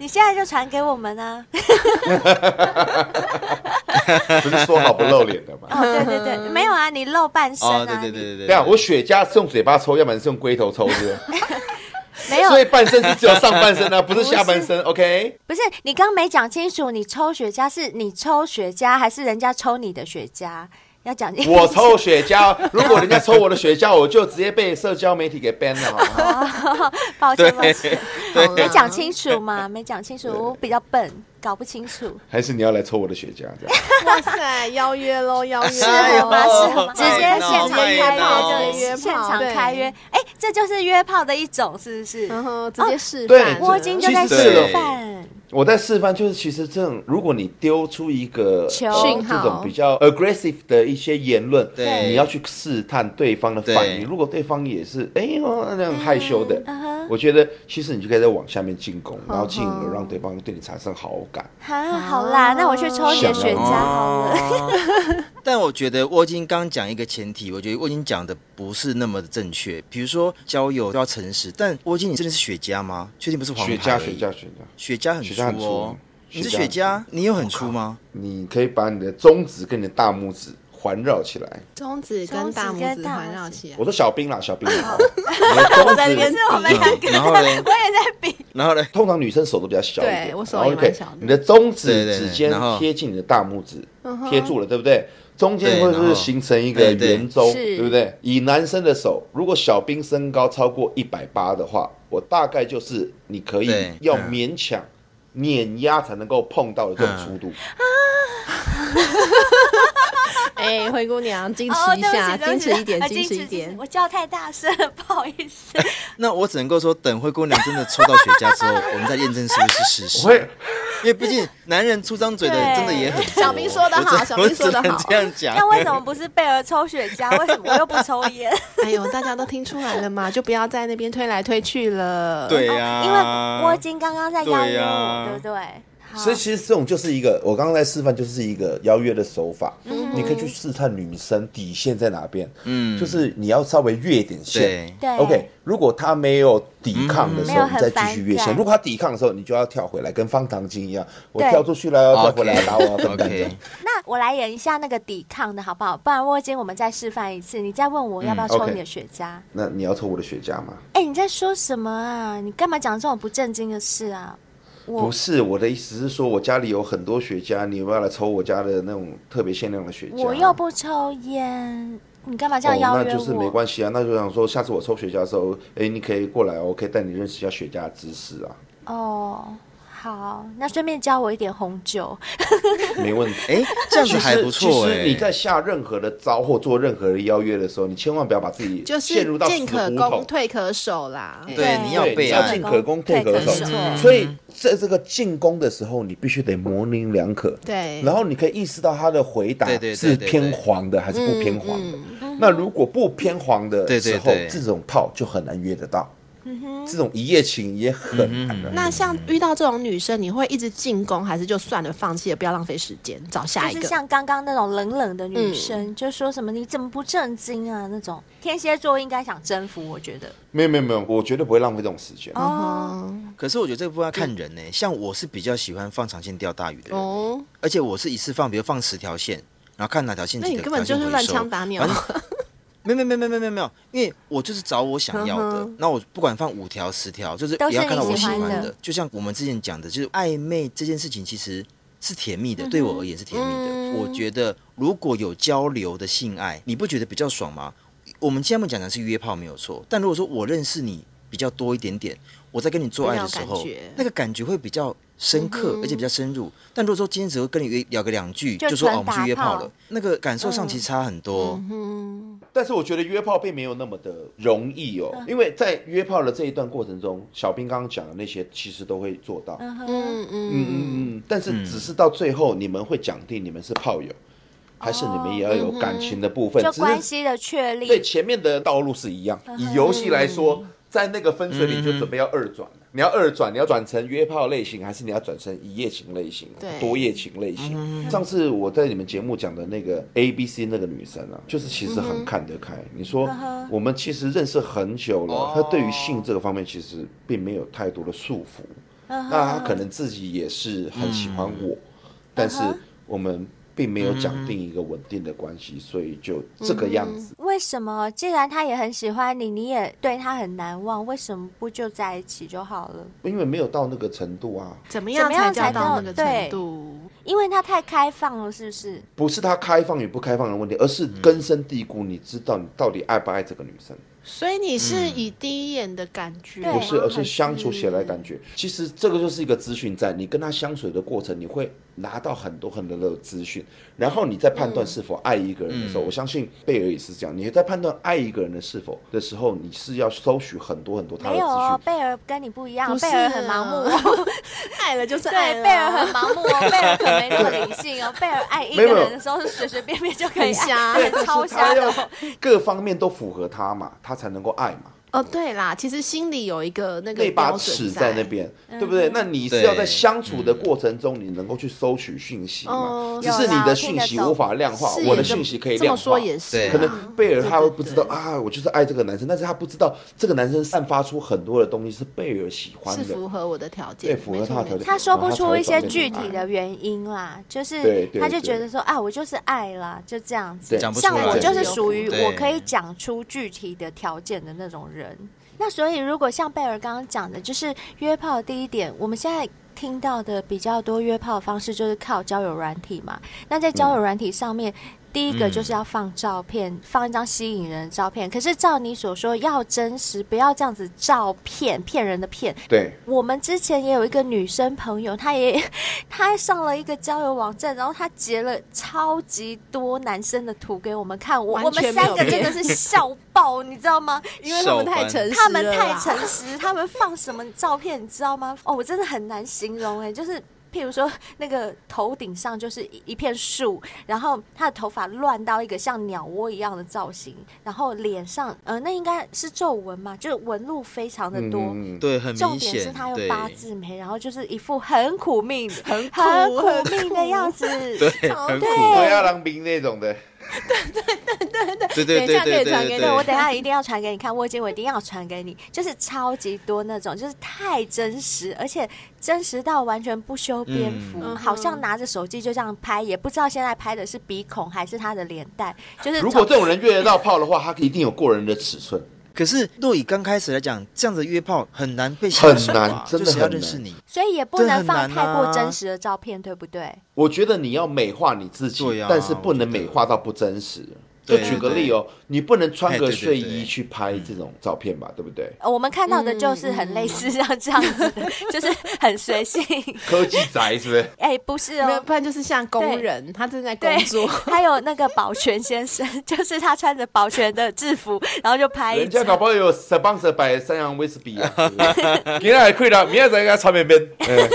[SPEAKER 3] 你现在就传给我们啊！
[SPEAKER 5] 不是说好不露脸的嘛？
[SPEAKER 3] 哦，对对对，没有啊，你露半身啊，
[SPEAKER 4] 嗯哦，对对对对
[SPEAKER 5] 对啊，
[SPEAKER 4] 对，
[SPEAKER 5] 我雪茄是用嘴巴抽，要不然是用龟头抽，是不是？
[SPEAKER 3] 你没有
[SPEAKER 5] 所以半身是只有上半身哎 啊，不是下半身。OK，
[SPEAKER 3] 不是，你刚没讲清楚，你抽雪茄是你抽雪茄，还是人家抽你的雪茄？要讲清楚。
[SPEAKER 5] 我抽雪茄，如果人家抽我的雪茄，我就直接被社交媒体给 ban 了，好不好？
[SPEAKER 3] 抱歉，抱歉，
[SPEAKER 2] 对
[SPEAKER 3] 没讲清楚嘛，没讲清楚，我比较笨，搞不清楚。
[SPEAKER 5] 还是你要来抽我的雪茄？这样
[SPEAKER 2] 哇塞，邀约 喽，邀约
[SPEAKER 3] 适合吗？
[SPEAKER 4] 哎
[SPEAKER 2] 喽
[SPEAKER 4] 呦
[SPEAKER 3] 适合吗？直接现
[SPEAKER 4] 哎呦
[SPEAKER 3] 场开
[SPEAKER 2] 哦哎
[SPEAKER 3] 炮，
[SPEAKER 2] 呦
[SPEAKER 3] 这里现
[SPEAKER 2] 哎
[SPEAKER 3] 场
[SPEAKER 2] 呦
[SPEAKER 3] 开约，哎，这就是约炮的一种，是不是？
[SPEAKER 2] 然后嗯直接示
[SPEAKER 5] 对
[SPEAKER 2] 范，
[SPEAKER 3] 窝金就在
[SPEAKER 5] 其实
[SPEAKER 3] 示范，
[SPEAKER 5] 我在示范，就是其实这种，如果你丢出一个
[SPEAKER 3] 球
[SPEAKER 5] 呃
[SPEAKER 2] 讯号
[SPEAKER 5] 这种比较 aggressive 的一些言论，
[SPEAKER 4] 对
[SPEAKER 5] 你要去试探对方的反
[SPEAKER 4] 对
[SPEAKER 5] 应。如果对方也是哎呦那样害羞的，我觉得其实你就可以再往下面进攻，然后进而让对方对你产生好感。
[SPEAKER 3] 哈，啊好啦，那我去抽你的雪茄好了。
[SPEAKER 4] 哦但我觉得沃金刚讲一个前提，我觉得沃金讲的不是那么的正确。比如说交友都要诚实，但沃金你真的是雪茄吗？确定不是黄牌
[SPEAKER 5] 雪茄，
[SPEAKER 4] 而
[SPEAKER 5] 雪
[SPEAKER 4] 已
[SPEAKER 5] 茄，
[SPEAKER 4] 雪
[SPEAKER 5] 雪茄。
[SPEAKER 4] 茄很
[SPEAKER 5] 雪茄很
[SPEAKER 4] 粗哦
[SPEAKER 5] 粗。
[SPEAKER 4] 你是
[SPEAKER 5] 雪茄
[SPEAKER 4] 雪茄，
[SPEAKER 5] 很
[SPEAKER 4] 啊你有很粗吗？
[SPEAKER 5] 你可以把你的中指跟你的大拇指环绕起来。
[SPEAKER 2] 中指跟大拇指环绕起来。
[SPEAKER 5] 我说小兵啦，小兵啦，我
[SPEAKER 2] 哦在那边
[SPEAKER 5] 中指。
[SPEAKER 3] 我们两个，
[SPEAKER 4] 然后嘞
[SPEAKER 3] 我也在比。
[SPEAKER 4] 然后嘞，
[SPEAKER 5] 通常女生手都比较小一点，
[SPEAKER 2] 对我手
[SPEAKER 5] 然后
[SPEAKER 2] 也
[SPEAKER 5] 你可以
[SPEAKER 2] 蛮小的嗯
[SPEAKER 5] 你的中
[SPEAKER 4] 对
[SPEAKER 5] 指
[SPEAKER 4] 对对
[SPEAKER 5] 指尖
[SPEAKER 4] 然后
[SPEAKER 5] 贴近你的大拇指，贴住了，对不对？中间
[SPEAKER 4] 对
[SPEAKER 5] 会
[SPEAKER 4] 然
[SPEAKER 5] 不
[SPEAKER 4] 后
[SPEAKER 5] 会形成一个
[SPEAKER 4] 对对
[SPEAKER 5] 圆周，
[SPEAKER 3] 是
[SPEAKER 5] 对不对？以男生的手，如果小兵身高超过一百八的话，我大概就是你可以
[SPEAKER 4] 对
[SPEAKER 5] 要
[SPEAKER 4] 嗯
[SPEAKER 5] 勉强碾压才能够碰到的这种粗度。
[SPEAKER 2] 哎，灰姑娘，矜
[SPEAKER 3] 哦，对
[SPEAKER 2] 持一
[SPEAKER 3] 不起
[SPEAKER 2] 下，
[SPEAKER 3] 对不
[SPEAKER 2] 矜
[SPEAKER 3] 起
[SPEAKER 2] 持一点，
[SPEAKER 3] 呃
[SPEAKER 2] 哎矜持一
[SPEAKER 3] 矜持
[SPEAKER 2] 点。
[SPEAKER 3] 我叫太大声了，不好意思。
[SPEAKER 4] 那我只能够说，等灰姑娘真的抽到雪茄之后，我们再验证是不是事实。
[SPEAKER 5] 我会
[SPEAKER 4] 因为毕竟男人出张嘴的
[SPEAKER 3] 对
[SPEAKER 4] 真的也很多。
[SPEAKER 2] 小明说得好
[SPEAKER 4] 我只
[SPEAKER 2] 小明说得好
[SPEAKER 4] 我只能这样讲。
[SPEAKER 3] 那为什么不是贝儿抽雪茄？为什么我又不抽烟？
[SPEAKER 2] 哎呦，大家都听出来了嘛，就不要在那边推来推去了。
[SPEAKER 4] 对啊呀、
[SPEAKER 3] 因为郭金刚刚在邀
[SPEAKER 4] 对
[SPEAKER 3] 约
[SPEAKER 4] 呀
[SPEAKER 3] 我，对不对？好
[SPEAKER 5] 所以其实这种就是一个，我刚刚在示范就是一个邀约的手法，
[SPEAKER 3] 嗯
[SPEAKER 5] 你可以去试探女生底线在哪边，嗯，就是你要稍微越一点线
[SPEAKER 4] 对。
[SPEAKER 3] 对嗯
[SPEAKER 5] OK，如果她没有抵抗的时
[SPEAKER 3] 没有
[SPEAKER 5] 候，
[SPEAKER 3] 很
[SPEAKER 5] 你再继续越
[SPEAKER 3] 反
[SPEAKER 5] 线；
[SPEAKER 3] 感
[SPEAKER 5] 如果她抵抗的时候，你就要跳回来，跟方糖精一样，我
[SPEAKER 3] 对
[SPEAKER 5] 跳出去了，跳
[SPEAKER 4] OK
[SPEAKER 5] 回来打我啊，笨蛋这
[SPEAKER 4] OK，
[SPEAKER 5] 样。
[SPEAKER 3] 那我来演一下那个抵抗的好不好？不然我今我们再示范一次，你再问我要不要抽
[SPEAKER 5] ，OK
[SPEAKER 3] 你的雪茄。
[SPEAKER 5] 那你要抽我的雪茄吗？
[SPEAKER 3] 哎，你在说什么啊？你干嘛讲这种不正经的事啊？我
[SPEAKER 5] 不是，我的意思是说，我家里有很多雪茄，你要不要来抽我家的那种特别限量的雪茄？
[SPEAKER 3] 我又不抽烟，你干嘛这样
[SPEAKER 5] 哦，
[SPEAKER 3] 邀
[SPEAKER 5] 那
[SPEAKER 3] 约
[SPEAKER 5] 就是没
[SPEAKER 3] 我？
[SPEAKER 5] 关系啊，那就想说，下次我抽雪茄的时候，哎、你可以过来哦，我可以带你认识一下雪茄的知识啊，
[SPEAKER 3] 哦，好，那顺便教我一点红酒。
[SPEAKER 5] 没 问题。
[SPEAKER 4] 哎、这样子还不
[SPEAKER 5] 其
[SPEAKER 4] 错
[SPEAKER 5] 实
[SPEAKER 4] 哎、
[SPEAKER 5] 其实你在下任何的招或做任何的邀约的时候，你千万不要把自己
[SPEAKER 2] 就是
[SPEAKER 5] 陷入到死
[SPEAKER 2] 进可
[SPEAKER 5] 胡
[SPEAKER 2] 攻，
[SPEAKER 5] 同。
[SPEAKER 2] 退可守啦。
[SPEAKER 4] 对你要
[SPEAKER 5] 对
[SPEAKER 4] 备啊
[SPEAKER 5] 你要
[SPEAKER 4] 案
[SPEAKER 5] 进可攻，退可守
[SPEAKER 3] 退可守。
[SPEAKER 5] 所以在这个进攻的时候，你必须得模棱两可。
[SPEAKER 2] 对
[SPEAKER 5] 然后你可以意识到他的回答
[SPEAKER 4] 哎对对对
[SPEAKER 5] 是
[SPEAKER 4] 对对嗯
[SPEAKER 5] 偏黄的还是不偏黄的。那如果不偏黄的
[SPEAKER 4] 对对嗯
[SPEAKER 5] 时候
[SPEAKER 4] 对，
[SPEAKER 5] 这种炮就很难约得到。这种一夜情也
[SPEAKER 4] 嗯
[SPEAKER 5] 很难的。
[SPEAKER 2] 那像遇到这种女生，你会一直进攻，还是就算了，放弃了，不要浪费时间，找
[SPEAKER 4] 嗯
[SPEAKER 2] 下一
[SPEAKER 3] 就
[SPEAKER 2] 个？
[SPEAKER 3] 是像刚刚那种冷冷的女生，就说什么你怎么不正经啊那种。天蝎座应该想征服，我觉得。
[SPEAKER 5] 没有没有没有，我绝对不会浪费这种时间。
[SPEAKER 4] 嗯
[SPEAKER 3] 哦，
[SPEAKER 4] 可是我觉得这个部分要看人呢、像我是比较喜欢放长线钓大鱼的人，
[SPEAKER 2] 哦，
[SPEAKER 4] 而且我是一次放，比如放十条线，然后看哪条线
[SPEAKER 2] 那
[SPEAKER 4] 几
[SPEAKER 2] 你
[SPEAKER 4] 条
[SPEAKER 2] 根本就是乱枪打鸟
[SPEAKER 4] 反。正没有没有没有没有没有没有，因为我就是找我想要的。那我不管放五条十条，就是
[SPEAKER 3] 都是
[SPEAKER 4] 也要看到
[SPEAKER 3] 你
[SPEAKER 4] 我
[SPEAKER 3] 喜
[SPEAKER 4] 喜
[SPEAKER 3] 欢
[SPEAKER 4] 欢
[SPEAKER 3] 的
[SPEAKER 4] 的。就像我们之前讲的，就是暧昧这件事情其实是甜蜜的，对我而言是甜蜜的。我觉得如果有交流的性爱，你不觉得比较爽吗？我们现在讲的是约炮没有错，但如果说我认识你比较多一点点，我在跟你做爱的时
[SPEAKER 2] 比较有感
[SPEAKER 4] 候
[SPEAKER 2] 觉，
[SPEAKER 4] 那个感觉会比较深刻，而且比较深入。但如果说今天只会跟你约聊个两句，
[SPEAKER 3] 就
[SPEAKER 4] 就说
[SPEAKER 3] 纯
[SPEAKER 4] 哦我们
[SPEAKER 3] 打
[SPEAKER 4] 去约炮
[SPEAKER 3] 炮
[SPEAKER 4] 了，那个感受上其实差很多。
[SPEAKER 5] 但是我觉得约炮并没有那么的容易哦，
[SPEAKER 4] 嗯
[SPEAKER 5] 因为在约炮的这一段过程中，小兵刚刚讲的那些其实都会做到。嗯
[SPEAKER 2] 嗯嗯，
[SPEAKER 5] 嗯嗯，但是只是到最后你们会讲定你们是炮友，还是你们也要
[SPEAKER 4] 哦嗯
[SPEAKER 5] 有感情的部分，
[SPEAKER 3] 就
[SPEAKER 5] 只
[SPEAKER 3] 关
[SPEAKER 5] 是
[SPEAKER 3] 系的确立。
[SPEAKER 5] 对前面的道路是一样。以游戏来说，在那个分水岭就准备要二转了。你要二转，你要转成约炮类型，还是你要转成一夜情类型啊
[SPEAKER 2] 对、
[SPEAKER 5] 多夜情类型？上次我在你们节目讲的那个 A B C 那个女生啊，就是其实很看得开。你说我们其实认识很久了，她对于性这个方面其实并没有太多的束缚。
[SPEAKER 3] 嗯
[SPEAKER 5] 那她可能自己也是很喜欢我，但是我们并没有讲定一个稳定的关系，所以就这个样子。
[SPEAKER 3] 为什么既然他也很喜欢你，你也对他很难忘，为什么不就在一起就好了？
[SPEAKER 5] 因为没有到那个程度啊，
[SPEAKER 2] 怎么样才叫到那个
[SPEAKER 3] 怎么样才到
[SPEAKER 2] 程度？
[SPEAKER 3] 因为他太开放了，是不是？
[SPEAKER 5] 不是他开放与不开放的问题，而是根深蒂固，你知道你到底爱不爱这个女生，
[SPEAKER 2] 所以你是以第一眼的感觉吗，
[SPEAKER 3] 对
[SPEAKER 5] 不是，嗯而
[SPEAKER 2] 还
[SPEAKER 5] 是相处起来的感觉。其实这个就是一个资讯站，你跟他相处的过程，你会拿到很多很多的资讯，然后你在判断是否爱一个人的时候，我相信贝尔也是这样。你在判断爱一个人的是否的时候，你是要搜取很多很多他的
[SPEAKER 3] 没
[SPEAKER 5] 资
[SPEAKER 3] 有哦
[SPEAKER 5] 讯，。
[SPEAKER 3] 贝尔跟你不一样，
[SPEAKER 2] 不是啊
[SPEAKER 3] 贝尔很盲目哦。
[SPEAKER 2] 爱了就是爱
[SPEAKER 3] 对，
[SPEAKER 2] 了，啊
[SPEAKER 3] 贝尔很盲目 哦，贝尔可没那么理性哦，贝尔爱一个
[SPEAKER 5] 没有
[SPEAKER 3] 人的时候是随随便便就可以爱，
[SPEAKER 2] 很瞎
[SPEAKER 3] 很
[SPEAKER 5] 但
[SPEAKER 3] 超
[SPEAKER 5] 是他
[SPEAKER 3] 瞎的
[SPEAKER 5] 要
[SPEAKER 3] 哦。
[SPEAKER 5] 各方面都符合他嘛，他才能够爱嘛。
[SPEAKER 2] 哦，对啦，其实心里有一个那个
[SPEAKER 5] 那把
[SPEAKER 2] 标准
[SPEAKER 5] 尺
[SPEAKER 2] 在嗯
[SPEAKER 5] 在那。边，对不对？嗯那你是要在相处的过程中，你能够去收取讯息
[SPEAKER 2] 哦
[SPEAKER 5] 嘛？只
[SPEAKER 3] 有
[SPEAKER 5] 是你
[SPEAKER 3] 啦
[SPEAKER 5] 的
[SPEAKER 3] 听
[SPEAKER 5] 讯
[SPEAKER 3] 得
[SPEAKER 5] 息
[SPEAKER 3] 懂
[SPEAKER 5] 无法量化
[SPEAKER 2] 是，
[SPEAKER 5] 我
[SPEAKER 2] 也
[SPEAKER 5] 的
[SPEAKER 2] 这
[SPEAKER 5] 讯
[SPEAKER 2] 么
[SPEAKER 5] 息可以
[SPEAKER 2] 这么
[SPEAKER 5] 量
[SPEAKER 2] 说
[SPEAKER 5] 化。
[SPEAKER 2] 也是
[SPEAKER 4] 对
[SPEAKER 2] 啊，
[SPEAKER 5] 可能贝尔他会
[SPEAKER 2] 对对
[SPEAKER 5] 不知道啊，我就是爱这个男生，但是他不知道这个男生散发出很多的东西是贝尔喜欢
[SPEAKER 2] 是
[SPEAKER 5] 的，
[SPEAKER 2] 符合我的条件，
[SPEAKER 5] 对，符合他的条件。
[SPEAKER 3] 他说不出一些
[SPEAKER 5] 然后他才
[SPEAKER 3] 具
[SPEAKER 5] 会找
[SPEAKER 3] 体
[SPEAKER 5] 那种爱
[SPEAKER 3] 的原因啦，就是
[SPEAKER 5] 对对
[SPEAKER 3] 他就觉得说啊，我就是爱啦，就这样子
[SPEAKER 5] 对。
[SPEAKER 4] 讲不出
[SPEAKER 3] 像
[SPEAKER 4] 来
[SPEAKER 3] 我就是
[SPEAKER 2] 对
[SPEAKER 3] 属于
[SPEAKER 4] 对
[SPEAKER 3] 我可以讲出具体的条件的那种人。那所以，如果像贝尔刚刚讲的，就是约炮的第一点，我们现在听到的比较多约炮的方式就是靠交友软体嘛。那在
[SPEAKER 5] 嗯
[SPEAKER 3] 交友软体上面，第一个就是
[SPEAKER 4] 嗯
[SPEAKER 3] 要放照片，放一张吸引人的照片。可是照你所说，要真实，不要这样子照片骗人的骗，
[SPEAKER 5] 对，
[SPEAKER 3] 我们之前也有一个女生朋友，她也 她上了一个交友网站，然后她截了超级多男生的图给我们看，我我
[SPEAKER 2] 完
[SPEAKER 3] 们
[SPEAKER 2] 全没
[SPEAKER 3] 三
[SPEAKER 2] 有
[SPEAKER 3] 个真
[SPEAKER 2] 变
[SPEAKER 3] 的是笑爆，你知道吗？
[SPEAKER 2] 因为他们太诚实了啦，
[SPEAKER 3] 他们太诚实，他们放什么照片，你知道吗？哦，我真的很难形容哎、就是。譬如说，那个头顶上就是一一片树，然后他的头发乱到一个像鸟窝一样的造型，然后脸上，呃，那应该是皱纹嘛，就是纹路非常的多，
[SPEAKER 5] 嗯，
[SPEAKER 4] 对，很
[SPEAKER 3] 重
[SPEAKER 4] 明
[SPEAKER 3] 点是
[SPEAKER 4] 显
[SPEAKER 3] 他。用
[SPEAKER 4] 对，
[SPEAKER 3] 八字眉，然后就是一副很苦命、很
[SPEAKER 2] 苦很
[SPEAKER 3] 苦命的样子。
[SPEAKER 4] 对，
[SPEAKER 2] 超
[SPEAKER 4] 很苦
[SPEAKER 2] 对。
[SPEAKER 5] 我要当兵那种的，
[SPEAKER 4] 对对对对对
[SPEAKER 2] 等一下可以传给
[SPEAKER 4] 对
[SPEAKER 2] 你
[SPEAKER 3] 我等一下一定要传给你看，我已经我一定要传给你，就是超级多那种，就是太真实，而且真实到完全不修边幅，
[SPEAKER 2] 嗯
[SPEAKER 3] 好像拿着手机就这样拍，也不知道现在拍的是鼻孔还是他的脸蛋，就是
[SPEAKER 5] 如果
[SPEAKER 3] 从
[SPEAKER 5] 这种人约得到炮的话，他一定有过人的尺寸。
[SPEAKER 4] 可是若以刚开始来讲，这样子约炮很难被下手
[SPEAKER 5] 很
[SPEAKER 4] 啊
[SPEAKER 5] 难，
[SPEAKER 4] 就
[SPEAKER 5] 真的
[SPEAKER 4] 谁要
[SPEAKER 5] 很
[SPEAKER 4] 认识
[SPEAKER 5] 难
[SPEAKER 4] 你？
[SPEAKER 3] 所以也不能
[SPEAKER 4] 很
[SPEAKER 3] 放
[SPEAKER 4] 难
[SPEAKER 3] 太过
[SPEAKER 4] 啊
[SPEAKER 3] 真实的照片，对不对？
[SPEAKER 5] 我觉得你要美化你自己
[SPEAKER 4] 对，啊
[SPEAKER 5] 但是不能
[SPEAKER 4] 我觉得
[SPEAKER 5] 美化到不真实。就
[SPEAKER 4] 对
[SPEAKER 5] 举个
[SPEAKER 4] 对
[SPEAKER 5] 例哦，你不能穿
[SPEAKER 4] 哎
[SPEAKER 5] 个
[SPEAKER 4] 对对
[SPEAKER 5] 睡
[SPEAKER 4] 对嗯
[SPEAKER 5] 衣去拍这种照片吧，对不对？
[SPEAKER 3] 呃我们看到的
[SPEAKER 2] 嗯
[SPEAKER 3] 就是很类似像这样子的， 就是很随性。
[SPEAKER 5] 科技宅是不是？
[SPEAKER 3] 哎、不是
[SPEAKER 2] 没有，
[SPEAKER 3] 哦，
[SPEAKER 2] 不然就是像工人，他正在工
[SPEAKER 3] 对
[SPEAKER 2] 作，
[SPEAKER 3] 还有那个保全先生， 就是他穿着保全的制服，然后就拍一
[SPEAKER 5] 人家搞
[SPEAKER 3] 张。
[SPEAKER 5] 不好有 sponsor 摆三 洋 威士忌啊，今天还亏了，明天再给他炒面面。嗯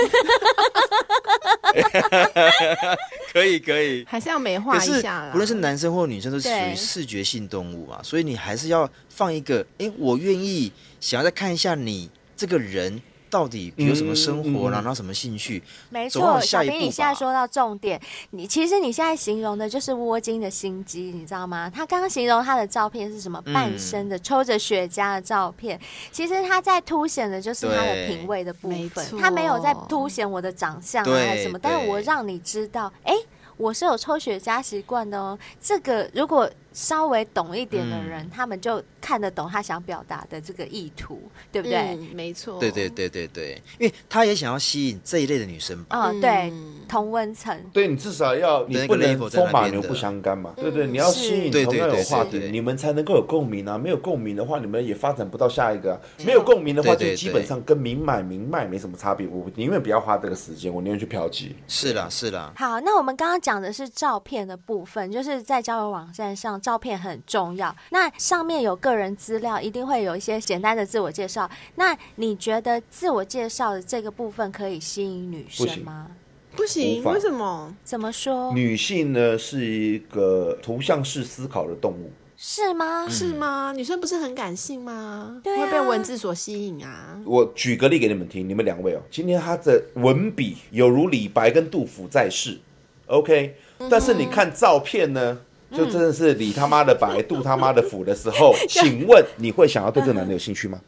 [SPEAKER 4] 可以可以。
[SPEAKER 2] 还是要美化
[SPEAKER 4] 可
[SPEAKER 2] 一
[SPEAKER 4] 是
[SPEAKER 2] 下啦。
[SPEAKER 4] 不论是男生或女生，都是属
[SPEAKER 2] 对
[SPEAKER 4] 于视觉性动物嘛，啊所以你还是要放一个，哎、我愿意想要再看一下你这个人到底有什么生活啦，
[SPEAKER 5] 嗯
[SPEAKER 4] 然
[SPEAKER 5] 嗯
[SPEAKER 4] 后什么兴趣，
[SPEAKER 3] 没
[SPEAKER 4] 总要
[SPEAKER 3] 错，
[SPEAKER 4] 有
[SPEAKER 3] 小
[SPEAKER 4] 下一
[SPEAKER 3] 兵，
[SPEAKER 4] 步
[SPEAKER 3] 你现在
[SPEAKER 4] 吧
[SPEAKER 3] 说到重点，你其实你现在形容的就是窝精的心机，你知道吗？他刚刚形容他的照片是什么？
[SPEAKER 4] 嗯
[SPEAKER 3] 半身的、抽着雪茄的照片，其实他在凸显的就是他的
[SPEAKER 4] 对
[SPEAKER 3] 品味的部
[SPEAKER 2] 没
[SPEAKER 3] 分，
[SPEAKER 2] 错
[SPEAKER 3] 他没有在凸显我的长相啊
[SPEAKER 4] 对
[SPEAKER 3] 还是什么，但是
[SPEAKER 4] 对
[SPEAKER 3] 我让你知道，哎、我是有抽雪茄习惯的哦。这个如果稍微懂一点的
[SPEAKER 4] 嗯
[SPEAKER 3] 人，他们就看得懂他想表达的这个意图，对不对？
[SPEAKER 2] 嗯，没错，
[SPEAKER 4] 对对对对对，因为他也想要吸引这一类的女生吧，
[SPEAKER 3] 嗯，对，同温层。
[SPEAKER 5] 对你至 少要你
[SPEAKER 4] 那个
[SPEAKER 5] 不能
[SPEAKER 4] level 在
[SPEAKER 5] 风马
[SPEAKER 4] 那边
[SPEAKER 5] 牛
[SPEAKER 4] 的
[SPEAKER 5] 不相干嘛，对不对？你要
[SPEAKER 3] 是
[SPEAKER 5] 吸引
[SPEAKER 4] 对
[SPEAKER 5] 同
[SPEAKER 4] 对
[SPEAKER 5] 样有
[SPEAKER 4] 对
[SPEAKER 5] 话
[SPEAKER 4] 对
[SPEAKER 5] 题，
[SPEAKER 4] 对
[SPEAKER 5] 你们才能够有共鸣啊。没有共鸣的话，你们也发展不到下一个啊。没有共鸣的话，
[SPEAKER 4] 嗯对
[SPEAKER 5] 就
[SPEAKER 4] 对
[SPEAKER 5] 基本
[SPEAKER 4] 对
[SPEAKER 5] 上跟明买明卖没什么差别。我宁愿不要花这个时间，我宁愿去嫖妓。
[SPEAKER 4] 是啦是啦，
[SPEAKER 3] 好，那我们刚刚讲的是照片的部分，就是在交友网站上，照片很重要。那上面有个人资料，一定会有一些简单的自我介绍。那你觉得自我介绍的这个部分可以吸引女
[SPEAKER 5] 不
[SPEAKER 3] 生
[SPEAKER 5] 行
[SPEAKER 3] 吗？
[SPEAKER 2] 不行，
[SPEAKER 5] 无法
[SPEAKER 2] 为什么？
[SPEAKER 3] 怎么说？
[SPEAKER 5] 女性呢是一个图像式思考的动物，
[SPEAKER 3] 是吗？
[SPEAKER 5] 嗯
[SPEAKER 2] 是吗？女生不是很感性吗？
[SPEAKER 3] 对啊
[SPEAKER 2] 会被文字所吸引啊。
[SPEAKER 5] 我举个例给你们听，你们两位哦，今天他的文笔有如李白跟杜甫在世，OK，但是你看照片呢，就真的是李他妈的白，杜他妈的甫的时候，请问你会想要对这个男的有兴趣吗？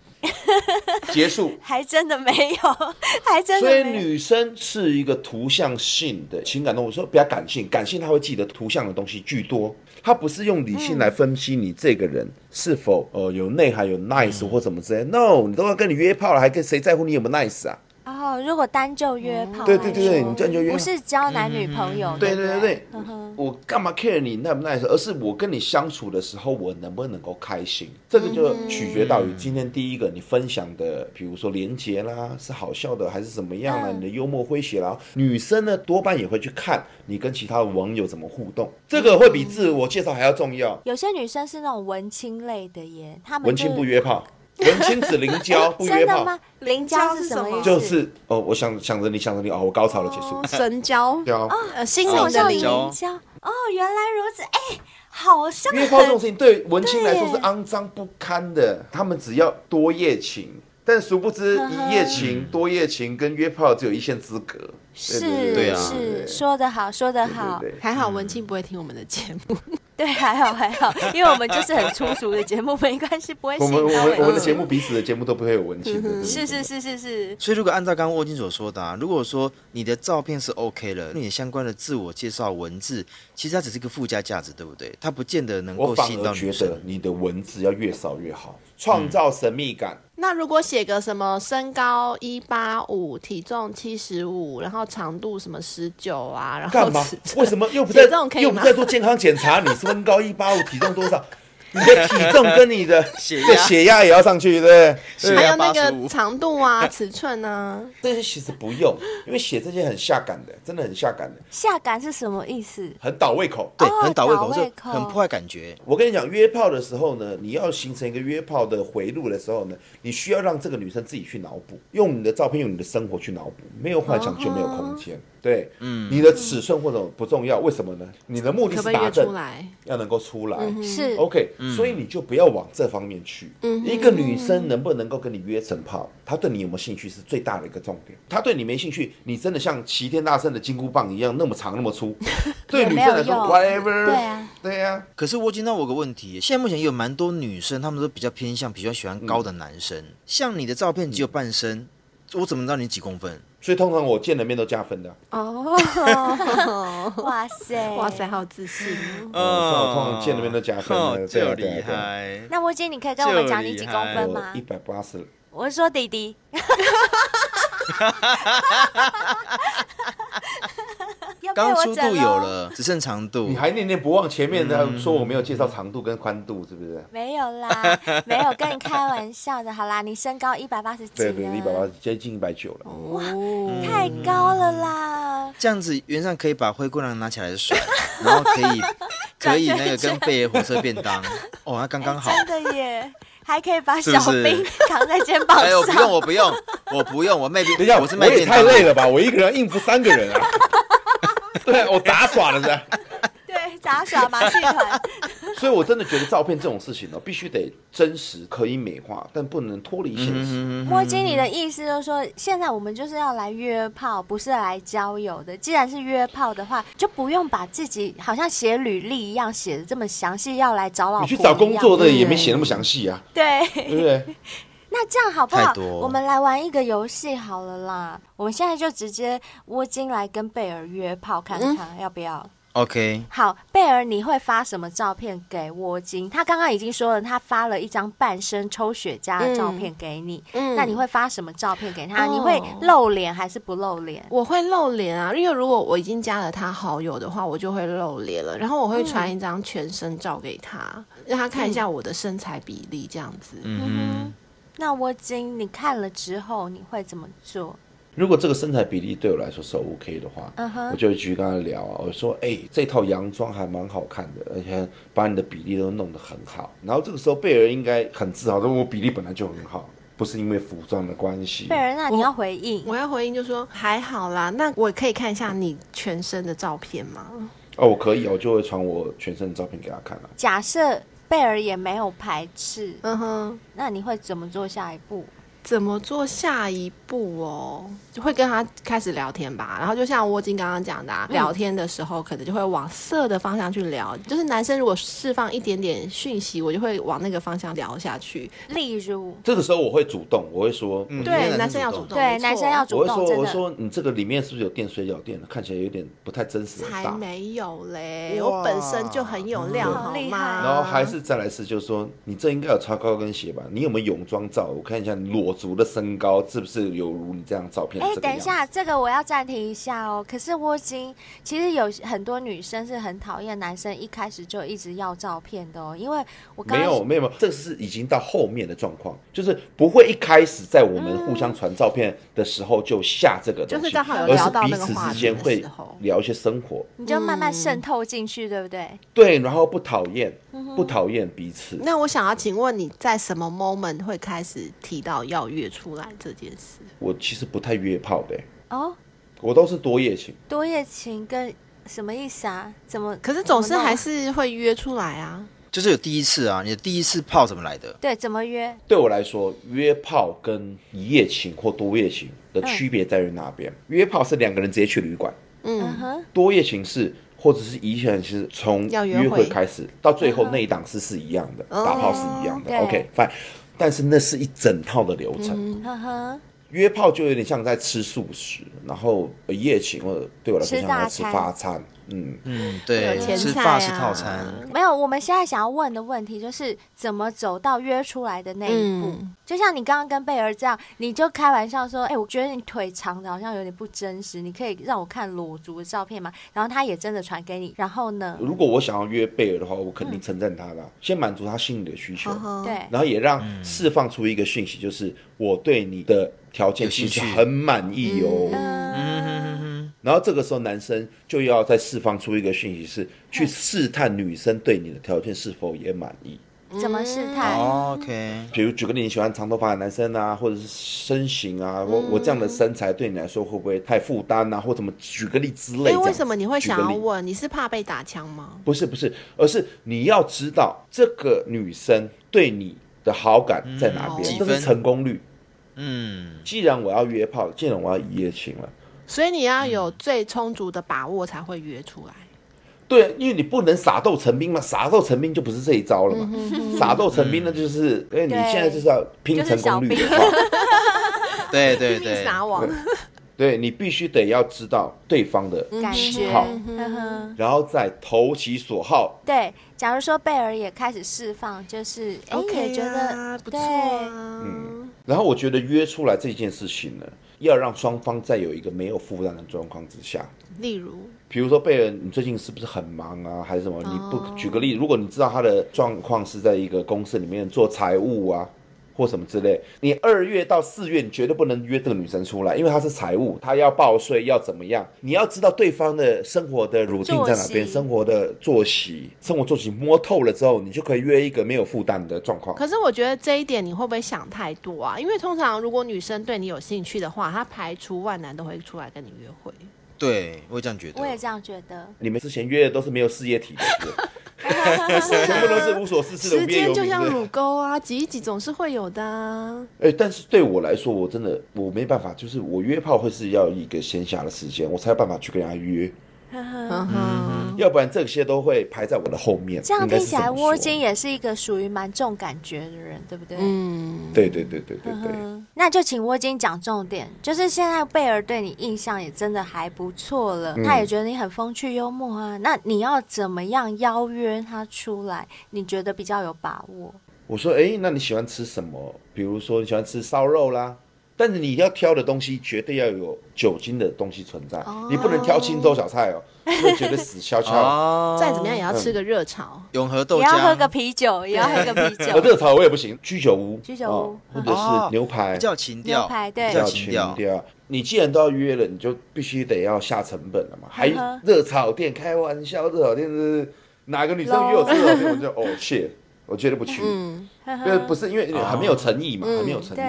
[SPEAKER 5] 结束。
[SPEAKER 3] 还真的没有，还真的
[SPEAKER 5] 所以
[SPEAKER 3] 没有。
[SPEAKER 5] 女生是一个图像性的情感动物，说比较感性，感性她会记得图像的东西居多，她不是用理性来分析你这个人是否呃有内涵、有 nice 或什么之类。No，你都要跟你约炮了，还跟谁在乎你有没有 nice 啊？
[SPEAKER 3] 哦，如果单就约炮来说，
[SPEAKER 5] 对对对对你这样就约
[SPEAKER 3] 不是交男女朋友，
[SPEAKER 5] 对
[SPEAKER 3] 对嗯
[SPEAKER 5] 对
[SPEAKER 3] 不
[SPEAKER 5] 对对，我干嘛 care 你耐不耐受，而是我跟你相处的时候，我能不能够开心，这个
[SPEAKER 3] 嗯
[SPEAKER 5] 就取决到于今天第一个你分享的，比如说连结啦，是好笑的还是怎么样啦，
[SPEAKER 3] 嗯
[SPEAKER 5] 你的幽默诙谐啦，女生呢多半也会去看你跟其他的网友怎么互动，这个会比自我介绍还要重要。
[SPEAKER 3] 有些女生是那种文青类的耶，她们
[SPEAKER 5] 文
[SPEAKER 3] 就
[SPEAKER 5] 青不约炮，文青只零 交不约
[SPEAKER 3] 嗯哦真的
[SPEAKER 5] 炮，
[SPEAKER 3] 吗？邻
[SPEAKER 2] 交
[SPEAKER 3] 家
[SPEAKER 2] 是
[SPEAKER 3] 是什
[SPEAKER 2] 什
[SPEAKER 3] 么
[SPEAKER 2] 么
[SPEAKER 3] 意思？
[SPEAKER 5] 就是哦，我想想着你想着你哦，我高潮了结束。
[SPEAKER 2] 神交，
[SPEAKER 3] 哦
[SPEAKER 5] 交
[SPEAKER 2] 呃，心
[SPEAKER 3] 这
[SPEAKER 2] 灵
[SPEAKER 3] 种叫
[SPEAKER 2] 的
[SPEAKER 3] 凝
[SPEAKER 2] 灵，
[SPEAKER 4] 交
[SPEAKER 3] 胶哦，原来如此，哎、好像
[SPEAKER 5] 约炮这种
[SPEAKER 3] 很
[SPEAKER 5] 事情对文青来说是肮脏不堪的，他们只要多夜情，但殊不知一夜情、多夜情跟约炮只有一线之隔。
[SPEAKER 3] 是
[SPEAKER 4] 对啊
[SPEAKER 3] 是说得好，说得好，
[SPEAKER 5] 对对
[SPEAKER 2] 还好文庆不会听我们的节目。
[SPEAKER 3] 对，还好还好，因为我们就是很粗俗的节目，没关系，不会
[SPEAKER 5] 我
[SPEAKER 3] 吸
[SPEAKER 5] 们我
[SPEAKER 3] 引到
[SPEAKER 5] 们我们
[SPEAKER 3] 文
[SPEAKER 5] 的节
[SPEAKER 3] 青。
[SPEAKER 5] 目彼此的节目都不会有文青的，
[SPEAKER 3] 嗯是是是是是，
[SPEAKER 4] 所以，如果按照刚刚沃金所说的、啊，如果说你的照片是 OK 了，那你相关的自我介绍文字，其实它只是一个附加价值，对不对？它不见得能
[SPEAKER 5] 我
[SPEAKER 4] 够
[SPEAKER 5] 反
[SPEAKER 4] 吸引
[SPEAKER 5] 而
[SPEAKER 4] 到
[SPEAKER 5] 觉
[SPEAKER 4] 女
[SPEAKER 5] 得
[SPEAKER 4] 生。
[SPEAKER 5] 你的文字要越少越好，创造神秘感。
[SPEAKER 2] 那如果写个什么身高一八五，体重七十五，然后长度什么十九啊，然后
[SPEAKER 5] 干嘛
[SPEAKER 2] 尺？寸
[SPEAKER 5] 为什么又不在
[SPEAKER 2] 写这种可以吗
[SPEAKER 5] 又不在做健康检查？你身高一八五，体重多少？你的体重跟你的
[SPEAKER 4] 血
[SPEAKER 5] 对
[SPEAKER 4] 压
[SPEAKER 5] 血压也要上去，对不对？
[SPEAKER 4] 是
[SPEAKER 2] 还
[SPEAKER 4] 啊
[SPEAKER 2] 有那个
[SPEAKER 4] 85
[SPEAKER 2] 长度 啊、尺寸啊，
[SPEAKER 5] 这些其实不用，因为写这些很下感的，真的很下感的，
[SPEAKER 3] 下感是什么意思？
[SPEAKER 5] 很倒胃口。
[SPEAKER 2] 啊
[SPEAKER 4] 对
[SPEAKER 3] 哦，
[SPEAKER 4] 哎很倒胃
[SPEAKER 3] 倒
[SPEAKER 4] 口，
[SPEAKER 3] 胃
[SPEAKER 4] 就
[SPEAKER 3] 口
[SPEAKER 4] 很破坏感觉。
[SPEAKER 5] 我跟你讲，约炮的时候呢，你要形成一个约炮的回路的时候呢，你需要让这个女生自己去脑补，用你的照片，用你的生活去脑补，没有幻想就没有空
[SPEAKER 2] 啊
[SPEAKER 5] 间。对，嗯，你的尺寸或者不重要，为什么呢？你的目的
[SPEAKER 2] 可不可
[SPEAKER 5] 是
[SPEAKER 2] 以
[SPEAKER 5] 达
[SPEAKER 2] 约出
[SPEAKER 5] 阵，
[SPEAKER 2] 来？嗯
[SPEAKER 5] 要能够出来。
[SPEAKER 4] 嗯
[SPEAKER 3] 是
[SPEAKER 5] OK，、所以你就不要往这方面去。
[SPEAKER 3] 嗯
[SPEAKER 5] 一个女生能不能够跟你约成炮，她对你有没有兴趣是最大的一个重点。她对你没兴趣，你真的像齐天大圣的金箍棒一样那么长那 么粗，对女生
[SPEAKER 3] 也没
[SPEAKER 5] 来说
[SPEAKER 3] 有用
[SPEAKER 5] ，whatever，
[SPEAKER 3] 对啊，
[SPEAKER 5] 对啊，
[SPEAKER 4] 可是我今天我有个问题，现在目前也有蛮多女生，她们都比较偏向比较喜欢高的男生。像你的照片只有半身，我怎么知道你几公分？
[SPEAKER 5] 所以通常我见了面都加分的。
[SPEAKER 2] 哦，
[SPEAKER 3] 哇塞
[SPEAKER 2] 哇塞，！好有自信哦！
[SPEAKER 5] 嗯，我通常见了面都加分的，对啊
[SPEAKER 4] 就哦厉。害。
[SPEAKER 3] 那我姐，你可以跟我们讲你几公分吗
[SPEAKER 5] 哦一？百八十，
[SPEAKER 3] 我是说弟 弟，要被
[SPEAKER 4] 刚
[SPEAKER 3] 我
[SPEAKER 4] 粗
[SPEAKER 3] 整哦
[SPEAKER 5] 哎
[SPEAKER 4] 度有
[SPEAKER 3] 咯，
[SPEAKER 4] 了，只剩长度。
[SPEAKER 5] 你还念念不忘前面
[SPEAKER 3] 嗯
[SPEAKER 5] 的说我没有介绍长度跟宽度，是不是？
[SPEAKER 3] 没有 啦，没有跟你开玩笑的。好啦，你身高一百八十几
[SPEAKER 5] 对
[SPEAKER 3] 呢，
[SPEAKER 5] 对，一百八，接近一百九
[SPEAKER 2] 哦
[SPEAKER 3] 哦
[SPEAKER 5] 了。嗯
[SPEAKER 3] 太高了啦。
[SPEAKER 4] 这样子原上可以把灰姑娘拿起来 甩，然后可以可以那个跟贝儿火车便当，哦，那刚
[SPEAKER 5] 哎
[SPEAKER 4] 刚好。
[SPEAKER 3] 真的耶，还可以把小
[SPEAKER 4] 是不是
[SPEAKER 3] 兵扛在肩膀
[SPEAKER 4] 哎呦，不用，
[SPEAKER 3] 上。
[SPEAKER 4] 我不用，我不用，我卖便，
[SPEAKER 5] 等一下，
[SPEAKER 4] 我是
[SPEAKER 5] 我
[SPEAKER 4] 卖
[SPEAKER 5] 也
[SPEAKER 4] 便
[SPEAKER 5] 太
[SPEAKER 4] 当。
[SPEAKER 5] 累了吧！我一个人应付三个人啊，对我杂耍了噻。
[SPEAKER 3] 对，杂耍马戏团，
[SPEAKER 5] 所以我真的觉得照片这种事情呢、必须得真实，可以美化，但不能脱离现实。
[SPEAKER 4] 嗯
[SPEAKER 3] 摸经理的意思就是说，现在我们就是要来约炮，不是来交友的。既然是约炮的话，就不用把自己好像写履历一样写的这么详细，要来找老婆
[SPEAKER 5] 你
[SPEAKER 3] 一
[SPEAKER 5] 去
[SPEAKER 3] 样。
[SPEAKER 5] 找工作的
[SPEAKER 3] 对
[SPEAKER 5] 也没写那么详细啊，
[SPEAKER 3] 对。
[SPEAKER 5] 对不对？
[SPEAKER 3] 那这样好不好
[SPEAKER 4] 太多？
[SPEAKER 3] 我们来玩一个游戏好了啦。我们现在就直接窝金来跟贝尔约炮看
[SPEAKER 2] 嗯
[SPEAKER 3] 看、要不要？
[SPEAKER 4] OK，
[SPEAKER 3] 好，贝尔，你会发什么照片给窝金？他刚刚已经说了，他发了一张半身抽雪茄的照片给你。
[SPEAKER 2] 嗯
[SPEAKER 3] 那你会发什么照片给他？
[SPEAKER 2] 哦
[SPEAKER 3] 你会露脸还是不露脸？
[SPEAKER 2] 我会露脸啊，因为如果我已经加了他好友的话，我就会露脸了。然后我会传一张全身照给他，让他看一下我的身材比例这样子。
[SPEAKER 4] 嗯
[SPEAKER 3] 那窝金，你看了之后你会怎么做？
[SPEAKER 5] 如果这个身材比例对我来说是 OK 的话
[SPEAKER 3] 嗯哼
[SPEAKER 5] 我就会去跟他聊啊，我说：“哎、这套洋装还蛮好看的，而且把你的比例都弄得很好。”然后这个时候贝尔应该很自豪，说：“我比例本来就很好，不是因为服装的关系。
[SPEAKER 3] 贝”尔，那你要回应。
[SPEAKER 2] 我要回应就说还好啦，那我可以看一下你全身的照片吗？
[SPEAKER 5] 哦，我可以啊，我就会传我全身的照片给他看啊。
[SPEAKER 3] 假设贝尔也没有排斥，
[SPEAKER 2] 嗯哼，
[SPEAKER 3] 那你会怎么做下一步？
[SPEAKER 2] 怎么做下一步哦？就会跟他开始聊天吧。然后就像窝金刚刚讲的、啊，聊天的时候可能就会往色的方向去聊，就是男生如果释放一点点讯息，我就会往那个方向聊下去。
[SPEAKER 3] 例如，
[SPEAKER 5] 这个时候我会主动，我会说：“嗯
[SPEAKER 4] 嗯，
[SPEAKER 2] 对，
[SPEAKER 4] 男
[SPEAKER 2] 生要主动，
[SPEAKER 3] 对
[SPEAKER 2] 没错
[SPEAKER 3] 男生要主
[SPEAKER 5] 我会
[SPEAKER 3] 动
[SPEAKER 5] 说，
[SPEAKER 3] 真的
[SPEAKER 5] 我会说你这个里面是不是有垫水饺垫的？看起来有点不太真实的
[SPEAKER 2] 才
[SPEAKER 5] 大。
[SPEAKER 2] 没有嘞，
[SPEAKER 4] 哇
[SPEAKER 2] 我本身就很有料，
[SPEAKER 3] 好
[SPEAKER 2] 好
[SPEAKER 3] 厉害
[SPEAKER 2] 吗？
[SPEAKER 5] 然后还是再来是，就是说你这应该有穿高跟鞋吧？你有没有泳装照？我看一下你裸足的身高是不是有如你这样照片？
[SPEAKER 3] 哎、
[SPEAKER 5] 这个
[SPEAKER 3] 等一
[SPEAKER 5] 样子
[SPEAKER 3] 下，这个我要暂停一下哦。可是窝心，其实有很多女生是很讨厌男生一开始就一直要照片的哦，因为我刚
[SPEAKER 5] 没有没有没有，这是已经到后面的状况，就是不会一开始在我们互相传照片的时候就下这个东西，
[SPEAKER 2] 就是刚好有
[SPEAKER 5] 而
[SPEAKER 2] 聊
[SPEAKER 5] 是
[SPEAKER 2] 到
[SPEAKER 5] 彼
[SPEAKER 2] 那个话
[SPEAKER 5] 此之
[SPEAKER 2] 题
[SPEAKER 5] 间
[SPEAKER 2] 的
[SPEAKER 5] 会
[SPEAKER 2] 时候
[SPEAKER 5] 聊一些生活，
[SPEAKER 3] 你就慢慢渗透进去，对不对？
[SPEAKER 5] 对，然后不讨厌，
[SPEAKER 2] 嗯
[SPEAKER 5] 不讨厌彼此。
[SPEAKER 2] 那我想要请问你在什么 moment 会开始提到要约出来这件事？
[SPEAKER 5] 我其实不太约炮的、欸
[SPEAKER 3] 哦，
[SPEAKER 5] 我都是多夜情。
[SPEAKER 3] 多夜情跟什么意思啊？怎么？
[SPEAKER 2] 可是总是
[SPEAKER 3] 怎么弄啊
[SPEAKER 2] 还是会约出来啊。
[SPEAKER 4] 就是有第一次啊，你的第一次泡怎么来的？
[SPEAKER 3] 对，怎么约？
[SPEAKER 5] 对我来说，约炮跟一夜情或多夜情的区别在于哪边？约炮是两个人直接去旅馆，
[SPEAKER 3] 嗯哼，
[SPEAKER 5] 多夜情是或者是一夜情是从
[SPEAKER 2] 要约
[SPEAKER 5] 约
[SPEAKER 2] 会
[SPEAKER 5] 会开始到最后那一档是是一样的，打炮是一样的
[SPEAKER 3] 对
[SPEAKER 5] ，OK fine。但是那是一整套的流程，
[SPEAKER 3] 呵呵，
[SPEAKER 5] 约炮就有点像在吃素食，然后一夜情或者对我来说
[SPEAKER 3] 吃
[SPEAKER 5] 像
[SPEAKER 3] 大
[SPEAKER 5] 在吃
[SPEAKER 3] 餐
[SPEAKER 5] 法餐，嗯，
[SPEAKER 4] 嗯，对
[SPEAKER 2] 有，前
[SPEAKER 4] 吃
[SPEAKER 2] 菜
[SPEAKER 4] 法式
[SPEAKER 2] 啊
[SPEAKER 4] 套餐，
[SPEAKER 3] 没有。我们现在想要问的问题就是怎么走到约出来的那一步。
[SPEAKER 5] 嗯
[SPEAKER 3] 就像你刚刚跟贝儿这样，你就开玩笑说：“哎、我觉得你腿长的好像有点不真实，你可以让我看裸足的照片吗？”然后他也真的传给你，然后呢？
[SPEAKER 5] 如果我想要约贝尔的话，我肯定称赞他啦，先满足他心里的需求，
[SPEAKER 2] 嗯
[SPEAKER 3] 对，
[SPEAKER 5] 然后也让
[SPEAKER 4] 嗯
[SPEAKER 5] 释放出一个讯息，就是我对你的条件
[SPEAKER 4] 有
[SPEAKER 5] 其
[SPEAKER 4] 兴
[SPEAKER 5] 实
[SPEAKER 4] 趣
[SPEAKER 5] 很满意哦。
[SPEAKER 3] 嗯
[SPEAKER 5] 嗯然后这个时候男生就要再释放出一个讯息，是去试探女生对你的条件是否也满意。
[SPEAKER 3] 怎么试探？
[SPEAKER 4] 哦
[SPEAKER 5] 哦
[SPEAKER 4] ，OK，
[SPEAKER 5] 比如举个例，你喜欢长头发的男生啊，或者是身形啊，我我这样的身材对你来说会不会太负担啊，或怎么举个例之类这
[SPEAKER 2] 哎，
[SPEAKER 5] 样子。
[SPEAKER 2] 为什么你会
[SPEAKER 5] 举个
[SPEAKER 2] 想要
[SPEAKER 5] 例
[SPEAKER 2] 问？你是怕被打枪吗？
[SPEAKER 5] 不是不是，而是你要知道这个女生对你的好感在哪边
[SPEAKER 4] 嗯，
[SPEAKER 5] 这
[SPEAKER 4] 几
[SPEAKER 5] 是
[SPEAKER 4] 分
[SPEAKER 5] 成功率。
[SPEAKER 4] 嗯，
[SPEAKER 5] 既然我要约炮，既然我要一夜情了，
[SPEAKER 2] 所以你要有
[SPEAKER 5] 嗯
[SPEAKER 2] 最充足的把握才会约出来。
[SPEAKER 5] 对，因为你不能撒豆成兵嘛，撒豆成兵就不是这一招了嘛，撒豆成兵那就是，哎，你
[SPEAKER 3] 对
[SPEAKER 5] 现在就是要拼
[SPEAKER 3] 就是
[SPEAKER 5] 成功率
[SPEAKER 3] 小
[SPEAKER 5] 的
[SPEAKER 3] 兵
[SPEAKER 5] 话，
[SPEAKER 4] 对对
[SPEAKER 2] 密
[SPEAKER 4] 对，
[SPEAKER 2] 撒网，
[SPEAKER 3] 哎
[SPEAKER 5] 对你必须得要知道对方的
[SPEAKER 3] 感
[SPEAKER 5] 喜
[SPEAKER 3] 觉，
[SPEAKER 5] 好，
[SPEAKER 3] 呵呵。
[SPEAKER 5] 然后再投其所好。
[SPEAKER 3] 对，假如说贝尔也开始释放，就是哎
[SPEAKER 2] OK
[SPEAKER 3] 也觉
[SPEAKER 2] 啊
[SPEAKER 5] 嗯
[SPEAKER 3] 得
[SPEAKER 2] 不
[SPEAKER 3] 对
[SPEAKER 2] 错，啊。
[SPEAKER 5] 然后我觉得约出来这件事情呢，要让双方在有一个没有负担的状况之下，
[SPEAKER 2] 例如，
[SPEAKER 5] 比如说贝尔，你最近是不是很忙啊，还是什么？
[SPEAKER 2] 哦
[SPEAKER 5] 你不举个例，如果你知道他的状况是在一个公司里面做财务啊，或什么之类，你二月到四月你绝对不能约这个女生出来，因为她是财务，她要报税，要怎么样？你要知道对方的生活的 routine 在哪
[SPEAKER 3] 作
[SPEAKER 5] 边，
[SPEAKER 3] 息
[SPEAKER 5] 生活的作息、生活作息摸透了之后，你就可以约一个没有负担的状况。
[SPEAKER 2] 可是我觉得这一点你会不会想太多啊？因为通常如果女生对你有兴趣的话，她排除万难都会出来跟你约会。
[SPEAKER 4] 对，我也这样觉得。
[SPEAKER 3] 我也这样觉得。
[SPEAKER 5] 你们之前约的都是没有事业体的，是不是全部都是无所事事的
[SPEAKER 2] 时
[SPEAKER 5] 无业
[SPEAKER 2] 间
[SPEAKER 5] 游民。
[SPEAKER 2] 就像
[SPEAKER 5] 对
[SPEAKER 2] 乳沟啊，挤一挤总是会有的、啊。
[SPEAKER 5] 哎、但是对我来说，我真的我没办法，就是我约炮会是要一个闲暇的时间，我才有办法去跟人家约，
[SPEAKER 3] 哦
[SPEAKER 2] 嗯哼，
[SPEAKER 5] 要不然这些都会排在我的后面。
[SPEAKER 3] 这样
[SPEAKER 5] 应该
[SPEAKER 3] 听
[SPEAKER 5] 是
[SPEAKER 3] 起
[SPEAKER 5] 么
[SPEAKER 3] 来，
[SPEAKER 5] 说
[SPEAKER 3] 窝精也是一个属于蛮重感觉的人，对不对？
[SPEAKER 2] 嗯，
[SPEAKER 5] 对对对对对对，
[SPEAKER 3] 嗯，那就请窝精讲重点，就是现在贝尔对你印象也真的还不错了，他也觉得你很风趣幽默啊。那你要怎么样邀约他出来？你觉得比较有把握？
[SPEAKER 5] 我说，哎、那你喜欢吃什么？比如说你喜欢吃烧肉啦，但是你要挑的东西绝对要有酒精的东西存在，
[SPEAKER 3] 哦
[SPEAKER 5] 你不能挑青州小菜哦，因为绝对死翘翘。
[SPEAKER 4] 哦，
[SPEAKER 2] 再怎么样也要吃个热炒。
[SPEAKER 4] 永和豆
[SPEAKER 3] 也
[SPEAKER 4] 浆，
[SPEAKER 3] 要喝个啤酒，也要喝个啤酒。
[SPEAKER 5] 我热炒我也不行，居酒屋，
[SPEAKER 3] 居酒
[SPEAKER 5] 哦
[SPEAKER 3] 屋
[SPEAKER 5] 或者是牛排，
[SPEAKER 4] 比较情调，
[SPEAKER 3] 牛排对
[SPEAKER 4] 比
[SPEAKER 5] 比
[SPEAKER 4] 较
[SPEAKER 5] 较
[SPEAKER 4] 情
[SPEAKER 5] 情
[SPEAKER 4] 调。
[SPEAKER 5] 调。你既然都要约了，你就必须得要下成本了嘛。还
[SPEAKER 3] 呵
[SPEAKER 5] 热炒店开玩笑，热炒店是哪个女生约我吃热炒店，我就哦 shit，我绝对不去，
[SPEAKER 2] 嗯，
[SPEAKER 5] 因为不是因为很没有诚意嘛，很没有诚意嘛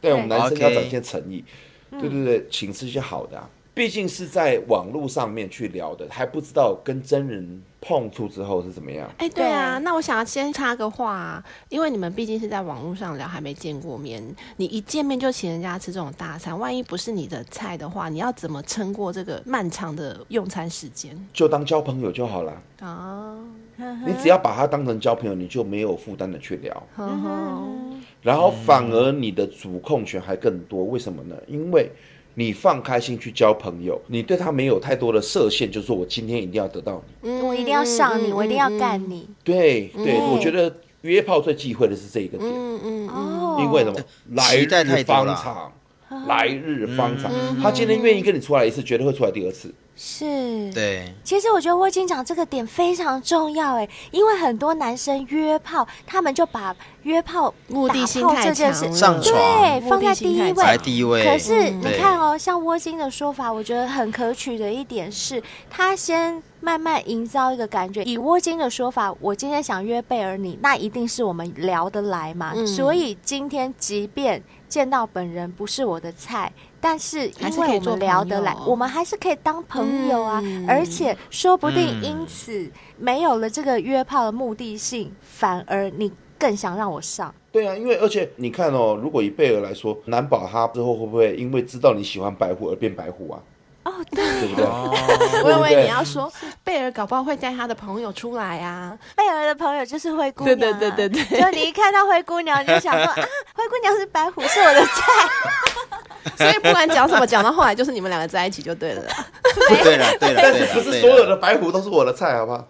[SPEAKER 3] 对。，
[SPEAKER 5] 对我们男生要
[SPEAKER 4] OK
[SPEAKER 5] 展现诚意，对对对，请吃一些好的啊。毕竟是在网络上面去聊的，还不知道跟真人碰触之后是怎么样。
[SPEAKER 2] 哎、对啊，
[SPEAKER 3] 对
[SPEAKER 2] 那我想要先插个话、啊，因为你们毕竟是在网络上聊，还没见过面，你一见面就请人家吃这种大餐，万一不是你的菜的话，你要怎么撑过这个漫长的用餐时间
[SPEAKER 5] 就当交朋友就好了。
[SPEAKER 2] 啊？
[SPEAKER 5] 你只要把他当成交朋友，你就没有负担的去聊，
[SPEAKER 2] 呵呵
[SPEAKER 5] 然后反而你的主控权还更多。为什么呢？因为你放开心去交朋友，你对他没有太多的设限，就是说我今天一定要得到你。
[SPEAKER 2] 嗯
[SPEAKER 3] 我一定要上你，我一定要干你。
[SPEAKER 5] 对对，
[SPEAKER 3] 嗯
[SPEAKER 5] 我觉得约炮最忌讳的是这一个点，
[SPEAKER 2] 嗯嗯嗯，
[SPEAKER 3] 哦，
[SPEAKER 5] 因为什么？来
[SPEAKER 4] 期待
[SPEAKER 5] 日
[SPEAKER 4] 太多了
[SPEAKER 5] 方长。来日方长，
[SPEAKER 2] 嗯
[SPEAKER 5] 他今天愿意跟你出来一次，绝对会出来第二次。
[SPEAKER 3] 是。
[SPEAKER 4] 对，
[SPEAKER 3] 其实我觉得窝金讲这个点非常重要哎，因为很多男生约炮，他们就把约炮
[SPEAKER 2] 目的性
[SPEAKER 3] 打炮
[SPEAKER 2] 太
[SPEAKER 3] 这件
[SPEAKER 2] 强
[SPEAKER 3] 事
[SPEAKER 2] 了
[SPEAKER 4] 上床
[SPEAKER 3] 对
[SPEAKER 2] 目
[SPEAKER 3] 放
[SPEAKER 2] 的
[SPEAKER 3] 在
[SPEAKER 2] 性
[SPEAKER 3] 第
[SPEAKER 2] 太
[SPEAKER 3] 一
[SPEAKER 2] 强
[SPEAKER 3] 位
[SPEAKER 4] 排，第一位。
[SPEAKER 3] 可是
[SPEAKER 2] 嗯
[SPEAKER 3] 你
[SPEAKER 4] 对
[SPEAKER 3] 看哦，像窝金的说法，我觉得很可取的一点是，他先慢慢营造一个感觉。以窝金的说法，我今天想约贝尔你，那一定是我们聊得来嘛。
[SPEAKER 2] 嗯
[SPEAKER 3] 所以今天即便见到本人不是我的菜。但是
[SPEAKER 2] 还
[SPEAKER 3] 因
[SPEAKER 2] 是可
[SPEAKER 3] 为
[SPEAKER 2] 以
[SPEAKER 3] 我
[SPEAKER 2] 做
[SPEAKER 3] 们
[SPEAKER 2] 朋
[SPEAKER 3] 聊得来，
[SPEAKER 2] 友
[SPEAKER 3] 我们还是可以当朋友啊，
[SPEAKER 2] 嗯
[SPEAKER 3] 而且说不定
[SPEAKER 4] 嗯
[SPEAKER 3] 因此没有了这个约炮的目的性，反而你更想让我上。
[SPEAKER 5] 对啊，因为而且你看哦，如果以贝尔来说，难保他之后会不会因为知道你喜欢白虎而变白虎啊？
[SPEAKER 3] 哦，对，
[SPEAKER 5] 对不对？
[SPEAKER 2] 我以为
[SPEAKER 5] 对
[SPEAKER 2] 你要说贝尔搞不好会带他的朋友出来啊，
[SPEAKER 3] 贝尔的朋友就是灰姑娘、啊，
[SPEAKER 2] 对对对对对
[SPEAKER 3] 就你一看到灰姑娘，你就想 说啊，灰姑娘是白虎，是我的菜。
[SPEAKER 2] 所以不管讲什么，讲到后来就是你们两个在一起就对了啦。
[SPEAKER 4] 对了，对了，
[SPEAKER 5] 但
[SPEAKER 4] 对
[SPEAKER 5] 是
[SPEAKER 2] 啊
[SPEAKER 4] 了，
[SPEAKER 5] 不是
[SPEAKER 4] 对
[SPEAKER 5] 所有
[SPEAKER 4] 了
[SPEAKER 5] 的白虎都是我的菜，好 不好？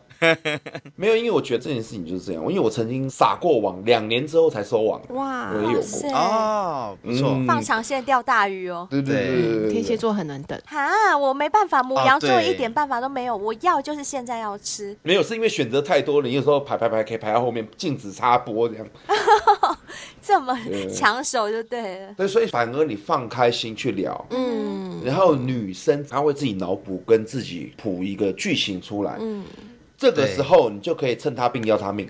[SPEAKER 5] 没有，因为我觉得这件事情就是这样。因为我曾经撒过网，两年之后才收网。
[SPEAKER 2] 哇
[SPEAKER 5] 我也有过。
[SPEAKER 4] 哦，不错，
[SPEAKER 5] 嗯
[SPEAKER 3] 放长线钓大鱼哦。
[SPEAKER 5] 对对对对对
[SPEAKER 2] 天蝎
[SPEAKER 5] 对，
[SPEAKER 2] 座很能等，
[SPEAKER 3] 啊，我没办法，母
[SPEAKER 4] 哦
[SPEAKER 3] 羊座
[SPEAKER 4] 对
[SPEAKER 3] 一点办法都没有，我要就是现在要吃。
[SPEAKER 5] 没有是因为选择太多了，你有时候排排排可以排到后面，禁止插播这样。
[SPEAKER 3] 这么 抢手就对了。
[SPEAKER 5] 对，所以反而你放开心去聊，
[SPEAKER 2] 嗯，
[SPEAKER 5] 然后女生她会自己脑补跟自己谱一个剧情出来。嗯，这个时候你就可以趁她病要她命。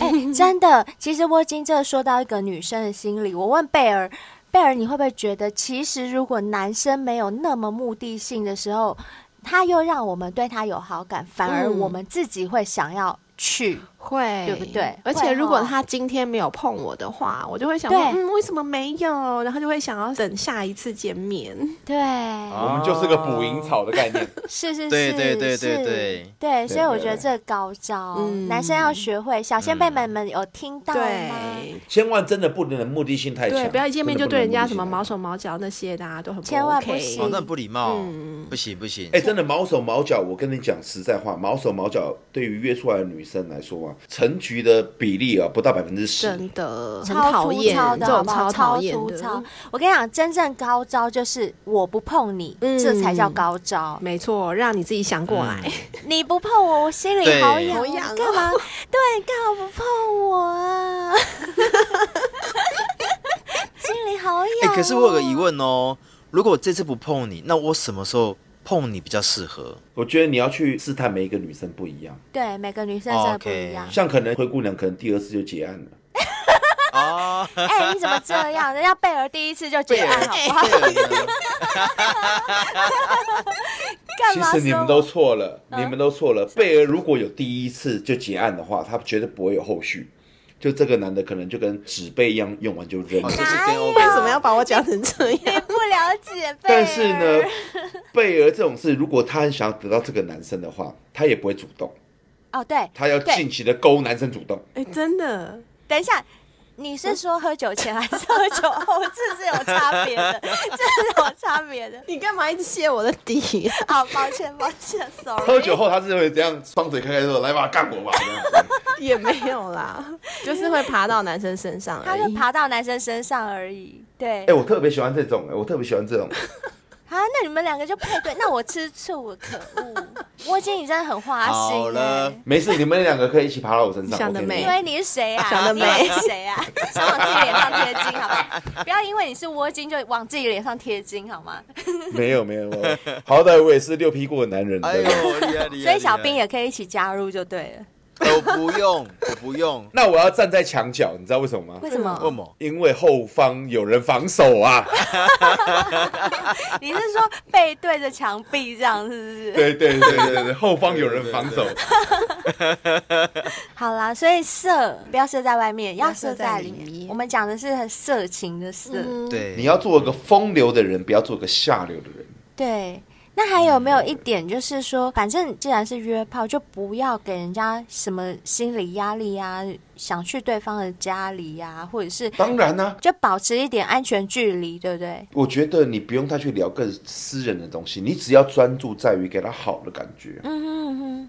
[SPEAKER 3] 哎、真的，其实我金这说到一个女生的心理，我问贝尔，贝尔你会不会觉得，其实如果男生没有那么目的性的时候，他又让我们对他有好感，反而
[SPEAKER 2] 嗯
[SPEAKER 3] 我们自己会想要去。
[SPEAKER 2] 会，
[SPEAKER 3] 对不对
[SPEAKER 2] 而
[SPEAKER 3] 会
[SPEAKER 2] 且
[SPEAKER 3] 哦
[SPEAKER 2] 如果他今天没有碰我的话，我就会想说，
[SPEAKER 3] 对
[SPEAKER 2] 嗯，为什么没有？然后就会想要等下一次见面。
[SPEAKER 3] 对，
[SPEAKER 5] 我们就是个捕蝇草的概念。
[SPEAKER 2] 啊
[SPEAKER 3] 是是是，
[SPEAKER 4] 啊对对对对
[SPEAKER 3] 是
[SPEAKER 4] 对
[SPEAKER 3] 对，所以我觉得
[SPEAKER 5] 对
[SPEAKER 3] 这高招，
[SPEAKER 2] 嗯
[SPEAKER 3] 男生要学会。小先
[SPEAKER 4] 嗯
[SPEAKER 3] 辈们们有听到吗？
[SPEAKER 2] 对
[SPEAKER 5] 千万真的不能目的性太强，
[SPEAKER 2] 对，不要一见面就
[SPEAKER 5] 真的
[SPEAKER 2] 对
[SPEAKER 5] 能
[SPEAKER 2] 人家
[SPEAKER 5] 目
[SPEAKER 2] 什
[SPEAKER 5] 的性
[SPEAKER 2] 么
[SPEAKER 5] 太
[SPEAKER 2] 毛
[SPEAKER 5] 强
[SPEAKER 2] 手毛脚那些的啊，都很不
[SPEAKER 3] 千万不
[SPEAKER 2] OK
[SPEAKER 3] 行
[SPEAKER 4] 哦，那不礼貌
[SPEAKER 2] 嗯，
[SPEAKER 4] 不行不行
[SPEAKER 5] 哎、，真的毛手毛脚，我跟你讲实在话，毛手毛脚对于约出来的女生来说啊，成局的比例啊不到百分之十。
[SPEAKER 2] 真的很
[SPEAKER 3] 超
[SPEAKER 2] 讨
[SPEAKER 3] 粗
[SPEAKER 2] 厌
[SPEAKER 3] 糙，
[SPEAKER 2] 这
[SPEAKER 3] 的好
[SPEAKER 2] 种
[SPEAKER 3] 不好？
[SPEAKER 2] 讨
[SPEAKER 3] 超
[SPEAKER 2] 厌
[SPEAKER 3] 粗糙
[SPEAKER 2] 的，。
[SPEAKER 3] 我跟你讲，真正高招就是我不碰你，
[SPEAKER 2] 嗯
[SPEAKER 3] 这才叫高招。
[SPEAKER 2] 没错，让你自己想过来。
[SPEAKER 5] 嗯
[SPEAKER 3] 你不碰我，我心里好
[SPEAKER 4] 对
[SPEAKER 3] 痒
[SPEAKER 2] 好
[SPEAKER 3] 哦，
[SPEAKER 2] 痒哦
[SPEAKER 3] 你干嘛？ 对，干嘛不碰我啊？ 心里好
[SPEAKER 4] 哎
[SPEAKER 3] 痒、哦。
[SPEAKER 4] 可是我有个疑问哦，如果我这次不碰你，那我什么时候碰你比较适合？
[SPEAKER 5] 我觉得你要去试探每一个女生不一样，
[SPEAKER 3] 对，每个女生真的不
[SPEAKER 4] 哦 OK
[SPEAKER 3] 一样。
[SPEAKER 5] 像可能灰姑娘可能第二次就结案了，
[SPEAKER 4] 哦，
[SPEAKER 3] 哎、你怎么这样？人家贝尔第一次就结案，好不好？干
[SPEAKER 5] 其
[SPEAKER 3] 嘛
[SPEAKER 5] 实你
[SPEAKER 3] 说嗯
[SPEAKER 5] 们都
[SPEAKER 3] 我？
[SPEAKER 5] 错了，你们都错了。贝尔如果有第一次就结案的话，他绝对不会有后续。就这个男的可能就跟纸杯一样，用完就扔了
[SPEAKER 4] 哦，。这
[SPEAKER 3] 哎
[SPEAKER 4] 是 game
[SPEAKER 2] 为
[SPEAKER 4] over。
[SPEAKER 2] 什么要把我讲成这样？
[SPEAKER 3] 你不了解贝尔，
[SPEAKER 5] 但是呢，贝尔这种事，如果他很想要得到这个男生的话，他也不会主动，
[SPEAKER 3] 哦对，
[SPEAKER 5] 他要
[SPEAKER 3] 对
[SPEAKER 5] 尽情的勾男生主动。
[SPEAKER 2] 哎，真的，
[SPEAKER 3] 等一下，你是说喝酒前还是喝酒后？这是有差别 的，这是有差别的。
[SPEAKER 2] 你干嘛一直泄我的 底啊？
[SPEAKER 3] 好，抱歉，抱歉，sorry。
[SPEAKER 5] 喝酒后，他是会这样双腿开开说：“来吧，干我吧。这样子
[SPEAKER 2] 也没有啦， 就是会爬到男生身上
[SPEAKER 3] 他
[SPEAKER 2] 而
[SPEAKER 3] 就
[SPEAKER 2] 已。
[SPEAKER 3] 爬到男生身上而已。对”
[SPEAKER 5] 哎、，我特别喜欢这种，哎我特别喜欢这种。
[SPEAKER 3] 啊，那你们两个就配对，那我吃醋，我可恶。我今天你真的很花
[SPEAKER 4] 好
[SPEAKER 3] 心、
[SPEAKER 4] 了
[SPEAKER 3] 哎
[SPEAKER 5] 没事，你们两个可以一起爬到我身上。
[SPEAKER 2] 想得
[SPEAKER 5] OK
[SPEAKER 2] 美
[SPEAKER 3] 因为你是谁 啊？
[SPEAKER 2] 想得
[SPEAKER 3] 你
[SPEAKER 2] 美
[SPEAKER 3] 以为是谁 啊？先往自己脸上贴金，好不好？不要因为你是窝精就往自己脸上贴金，好吗？
[SPEAKER 5] 没有没有没有，好歹我也是六屁股的男人。
[SPEAKER 4] 哎
[SPEAKER 5] 对
[SPEAKER 4] 呦
[SPEAKER 5] 不对，
[SPEAKER 4] 厉害厉害！
[SPEAKER 3] 所以小兵
[SPEAKER 4] 也，
[SPEAKER 3] 也可以一起加入就对了。
[SPEAKER 4] 我不用，我不
[SPEAKER 3] 哦
[SPEAKER 4] 用，
[SPEAKER 5] 那我要站在墙角，你知道为什么吗？
[SPEAKER 3] 为什
[SPEAKER 2] 为什
[SPEAKER 4] 为
[SPEAKER 3] 么？
[SPEAKER 4] 什么？
[SPEAKER 5] 因为后方有人防守啊！
[SPEAKER 3] 你是说背对着墙壁这样，是不是？
[SPEAKER 5] 对对对对 对，后方有人防守
[SPEAKER 4] 对对。
[SPEAKER 3] 好啦，所以色不要射在外面，要射在里
[SPEAKER 2] 要射在里
[SPEAKER 3] 面。嗯
[SPEAKER 2] 面
[SPEAKER 3] 我们讲的是很色情的色，
[SPEAKER 4] 对，
[SPEAKER 5] 你要做个风流的人，不要做个下流的人。
[SPEAKER 3] 对。那还有没有一点就是说，反正既然是约炮，就不要给人家什么心理压力啊，想去对方的家里呀、或者是
[SPEAKER 5] 当然呢、
[SPEAKER 3] 就保持一点安全距离，对不对？
[SPEAKER 5] 我觉得你不用太去聊更私人的东西，你只要专注在于给他好的感觉，
[SPEAKER 3] 嗯哼嗯哼，